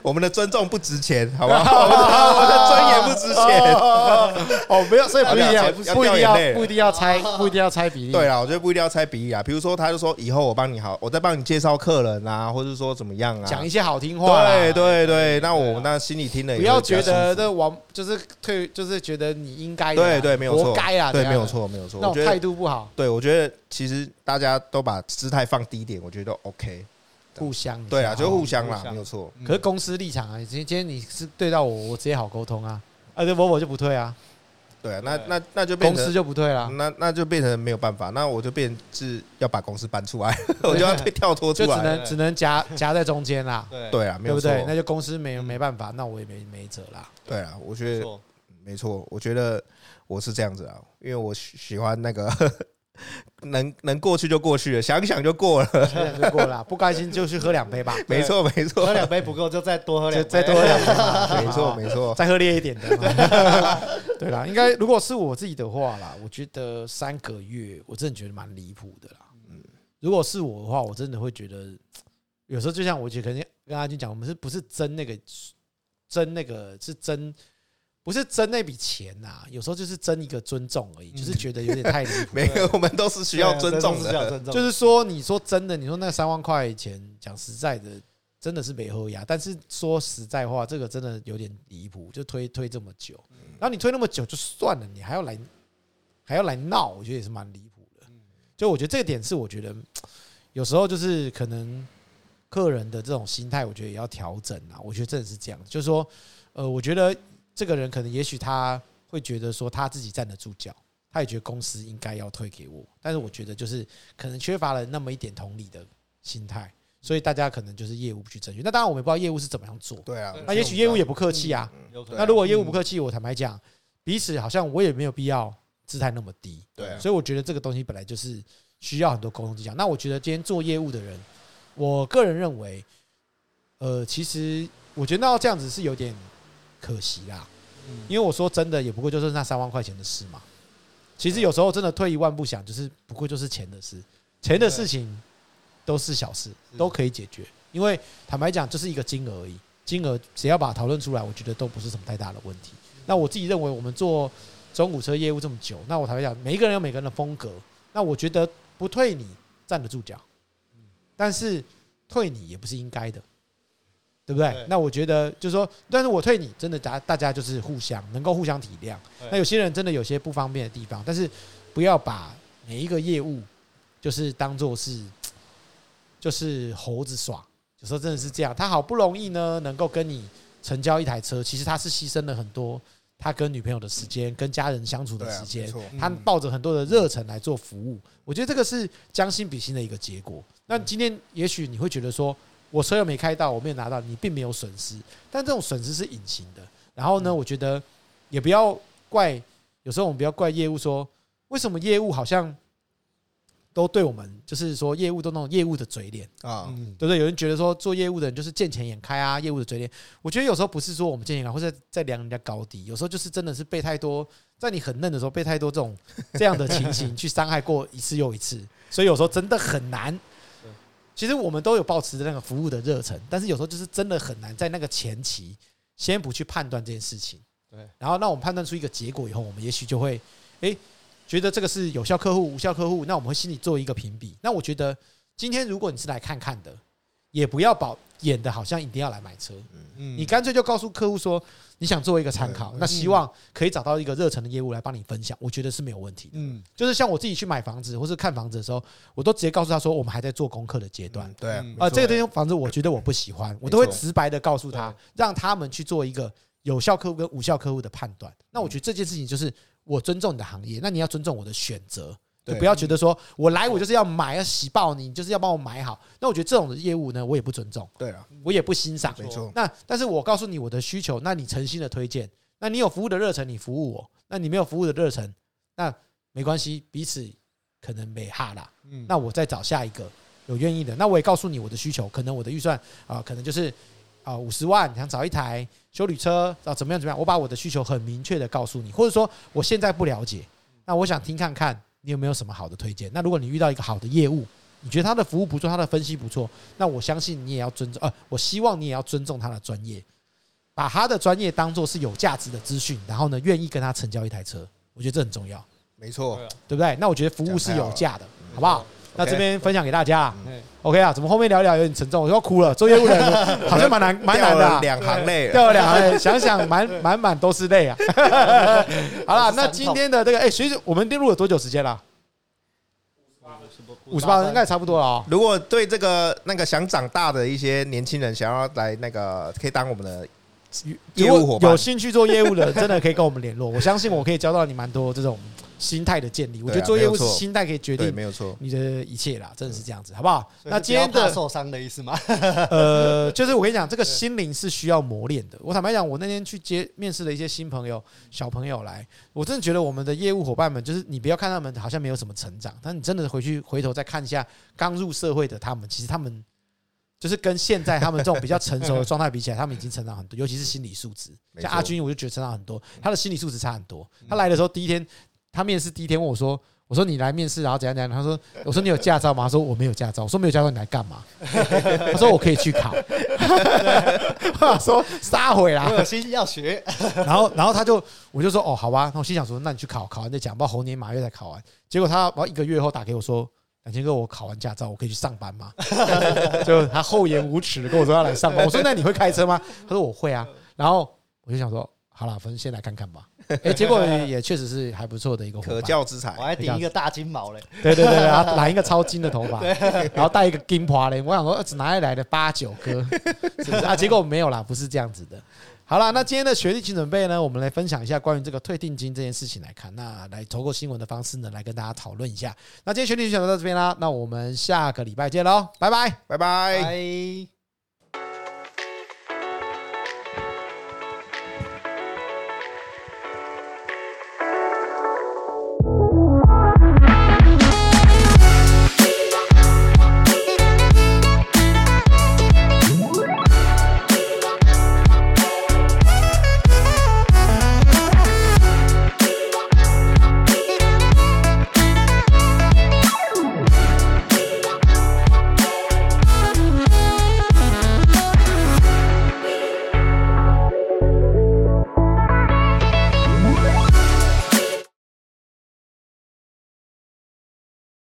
S2: 我们的尊重不值钱，好 不好？我们的我们的尊严不值钱。
S1: 钱。哦，不 要，所以不一定
S2: 要
S1: 要，
S2: 掉
S1: 不一定
S2: 要掉眼泪
S1: 要，不一定要猜， 不一定要猜比例。
S2: 对啊啦，我觉得不一定要猜比例啊。比如说，他就说以后我帮你好，我再帮你介绍客人啊，或者说怎么样啊，
S1: 讲一些好听话啦。
S2: 对对对，那
S3: 对
S2: 我
S3: 啊
S2: 那心里听了也
S1: 不
S2: 会
S1: 要
S2: 比较
S1: 觉得
S2: 舒服
S1: 这王就是退，就是觉得你应该的啦。
S2: 对对没有错，
S1: 活该啊，
S2: 对
S1: 怎样
S2: 没有
S1: 的。
S2: 错没有错。
S1: 那
S2: 我觉
S1: 种态
S2: 得
S1: 度不好，
S2: 对，我觉得其实大家都把姿态放低一点，我觉得都 OK。
S1: 互相
S2: 对啊，就互相啦
S3: 互，相
S2: 没有错。
S1: 可是公司立场啊，今天你是对到我，我直接好沟通啊。啊，对，我我就不退啊，
S2: 对啊，那
S3: 对
S2: 那那就变
S1: 公
S2: 成
S1: 司就不退啦，
S2: 那那就变成没有办法，那我就变是要把公司搬出来， 我就要被跳脱出
S1: 啊就只
S2: 来。
S1: 能只能夹夹在中间啦，
S3: 对
S2: 对 啊，
S1: 对
S2: 没有
S1: 不
S2: 错，
S1: 对？那就公司没没办法，那我也没没辙 啦。
S2: 对啊，我觉
S3: 没
S2: 得
S3: 错
S2: 没错，我觉得我是这样子啊，因为我喜喜欢那个能能过去就过去了，想想就过了，
S1: 这样就过了啦，不开心就去喝两杯吧，
S2: 没错没
S3: 喝
S2: 错
S3: 两杯不够就再多喝两
S1: 就再
S3: 杯，
S1: 多喝 两杯吧，
S2: 没错没 错，
S1: 再喝烈一点的嘛。对啦，应该如果是我自己的话啦，我觉得三个月我真的觉得蛮离谱的啦。如果是我的话，我真的会觉得，有时候就像我觉得，肯定跟阿军讲，我们是不是争那个争那个是争，不是争那笔钱呐、有时候就是争一个尊重而已，就是觉得有点太离谱。
S2: 每个我们都是需要
S3: 对啊
S2: 尊重
S3: 是需要
S2: 的，
S3: 尊重的，
S1: 就是说，你说真的，你说那三万块钱，讲实在的，真的是没喝牙。但是说实在话，这个真的有点离谱，就推推这么久，然后你推那么久就算了，你还要来还要来闹，我觉得也是蛮离谱的。就我觉得这点是我觉得嗯有时候就是可能客人的这种心态，我觉得也要调整啊。我觉得真的是这样，就是说，呃，我觉得这个人可能也许他会觉得说他自己站得住脚。他也觉得公司应该要退给我，但是我觉得就是可能缺乏了那么一点同理的心态，所以大家可能就是业务不去争取。那当然我们也不知道业务是怎么样做，
S2: 对啊，嗯
S1: 那也许业务也不客气啊。
S3: 有可能
S1: 那如果业务不客气，我坦白讲，彼此好像我也没有必要姿态那么低，
S2: 对啊
S1: 所以我觉得这个东西本来就是需要很多沟通技巧。那我觉得今天做业务的人，我个人认为，呃，其实我觉得那这样子是有点可惜啦，
S3: 嗯
S1: 因为我说真的，也不过就是那三万块钱的事嘛。其实有时候真的退一万步想，就是不过就是钱的事，钱的事情都是小事，
S3: 是
S1: 都可以解决。因为坦白讲，就是一个金额而已，金额只要把它讨论出来，我觉得都不是什么太大的问题。那我自己认为，我们做中古车业务这么久，那我坦白讲，每一个人有每个人的风格，那我觉得不退你站得住脚，但是退你也不是应该的，对不对？
S3: 对
S1: 那我觉得就是说，但是我退你，真的大大家就是互相能够互相体谅
S3: 对。
S1: 那有些人真的有些不方便的地方，但是不要把每一个业务就是当做是就是猴子耍，有时候真的是这样。他好不容易呢能够跟你成交一台车，其实他是牺牲了很多他跟女朋友的时间、跟家人相处
S2: 对
S1: 的
S2: 啊
S1: 时，
S2: 没
S1: 间，嗯
S2: 错，
S1: 他抱着很多的热忱来做服务，我觉得这个是将心比心的一个结果。那今天也许你会觉得说，我车又没开到，我没有拿到，你并没有损失，但这种损失是隐形的。然后呢，我觉得也不要怪，有时候我们不要怪业务说，为什么业务好像都对我们就是说业务都那种业务的嘴脸，
S2: 啊，
S1: 嗯对不对？有人觉得说做业务的人就是见钱眼开啊，业务的嘴脸。我觉得有时候不是说我们见钱眼开，或者在量人家高低，有时候就是真的是被太多，在你很嫩的时候被太多这种这样的情形去伤害过一次又一次，所以有时候真的很难。其实我们都有保持着那个服务的热忱，但是有时候就是真的很难在那个前期先不去判断这件事情。
S3: 对，
S1: 然后让我们判断出一个结果以后，我们也许就会诶觉得这个是有效客户、无效客户，那我们会心里做一个评比。那我觉得今天如果你是来看看的，也不要保演的好像一定要来买车，
S3: 嗯
S1: 你干脆就告诉客户说你想做一个参考，
S2: 对
S1: 那希望可以找到一个热忱的业务来帮你分享，我觉得是没有问题的。
S3: 嗯
S1: 就是像我自己去买房子或是看房子的时候，我都直接告诉他说我们还在做功课的阶段
S2: 嗯，对啊
S3: 嗯，
S1: 啊，
S2: 没错
S1: 这个间房子我觉得我不喜欢，我都会直白的告诉他，让他们去做一个有效客户跟无效客户的判断。那
S2: 嗯
S1: 我觉得这件事情就是我尊重你的行业，那你要尊重我的选择，就
S2: 对
S1: 不要觉得说我来我就是要买，要洗爆你，你就是要帮我买好。那我觉得这种的业务呢，我也不尊重，
S2: 对啊，
S1: 我也不欣赏。
S2: 没错，
S1: 那但是我告诉你我的需求，那你诚心的推荐，那你有服务的热忱，你服务我；那你没有服务的热忱，那没关系，彼此可能没哈啦。
S3: 嗯
S1: 那我再找下一个有愿意的。那我也告诉你我的需求，可能我的预算啊、可能就是啊五十万，想找一台修旅车啊，怎么样怎么样？我把我的需求很明确的告诉你，或者说我现在不了解，那我想听看看你有没有什么好的推荐。那如果你遇到一个好的业务，你觉得他的服务不错，他的分析不错，那我相信你也要尊重，呃，我希望你也要尊重他的专业，把他的专业当做是有价值的资讯，然后呢，愿意跟他成交一台车，我觉得这很重要，
S2: 没
S3: 对
S2: 错
S3: 啊，
S1: 对不对？那我觉得服务是有价的，好不
S2: 嗯
S1: 好？那这边分享给大家啊
S3: 嗯
S1: ，OK 啊？怎么后面聊一聊有点沉重，我要哭了。做业务的 人好像蛮难，蛮难的
S2: 掉
S1: 啊
S2: 了，两行泪了，
S1: 掉了两行，想想满满满都是 泪啊。好了，那今天的这个，哎，学姐，我们录了多久时间了？
S3: 嗯
S1: 五十八分，应该也差不多了哦。
S2: 如果对这个那个想长大的一些年轻人，想要来那个可以当我们的业务伙
S1: 有
S2: 伴，
S1: 兴趣做业务的，真的可以跟我们联络。我相信我可以教到你蛮多这种心态的建立。我觉得做业务是
S2: 啊没有错
S1: 心态可以决
S2: 对，
S1: 定
S2: 没有错，
S1: 你的一切啦，真的是这样子，好不好？
S3: 所以
S1: 那
S3: 是
S1: 今
S3: 不要
S1: 天的
S3: 怕受伤的意思吗？
S1: 呃，就是我跟你讲，这个心灵是需要磨练的。我坦白讲，我那天去接面试的一些新朋友、小朋友来，我真的觉得我们的业务伙伴们，就是你不要看他们好像没有什么成长，但你真的回去回头再看一下刚入社会的他们，其实他们就是跟现在他们这种比较成熟的状态比起来，他们已经成长很多，尤其是心理素质。
S2: 没
S1: 像
S2: 错
S1: 阿军，我就觉得成长很多，他的心理素质差很多。他来的时候第一天，他面试第一天问我说。我说你来面试，然后怎样怎样？他说，我说你有驾照吗？他说我没有驾照。我说没有驾照，你来干嘛？他说我可以去考。我说撒回
S3: 我
S1: 啦。
S3: 有心要学，
S1: 然后，然后他就，我就说哦，好吧。那我心想说，那你去考，考完再讲。不知道猴年马月才考完。结果他一个月后打给我说，两千哥，我考完驾照，我可以去上班吗？ 就他厚颜无耻的跟我说要来上班。我说那你会开车吗？他说我会啊。然后我就想说，好啦，反正先来看看吧。哎，结果也确实是还不错的一个伙伴
S2: 可教之才
S3: 我，还顶一个大金毛嘞，
S1: 对对对对，然后染一个超金的头发，然后戴一个金花嘞。我想说，呃哪里来的八九哥？是不是啊？结果没有啦，不是这样子的。好了，那今天的学历请准备呢，我们来分享一下关于这个退定金这件事情来看。那来透过新闻的方式呢，来跟大家讨论一下。那今天学历就讲到这边啦，那我们下个礼拜见喽，拜拜。
S2: 拜拜。
S3: 拜。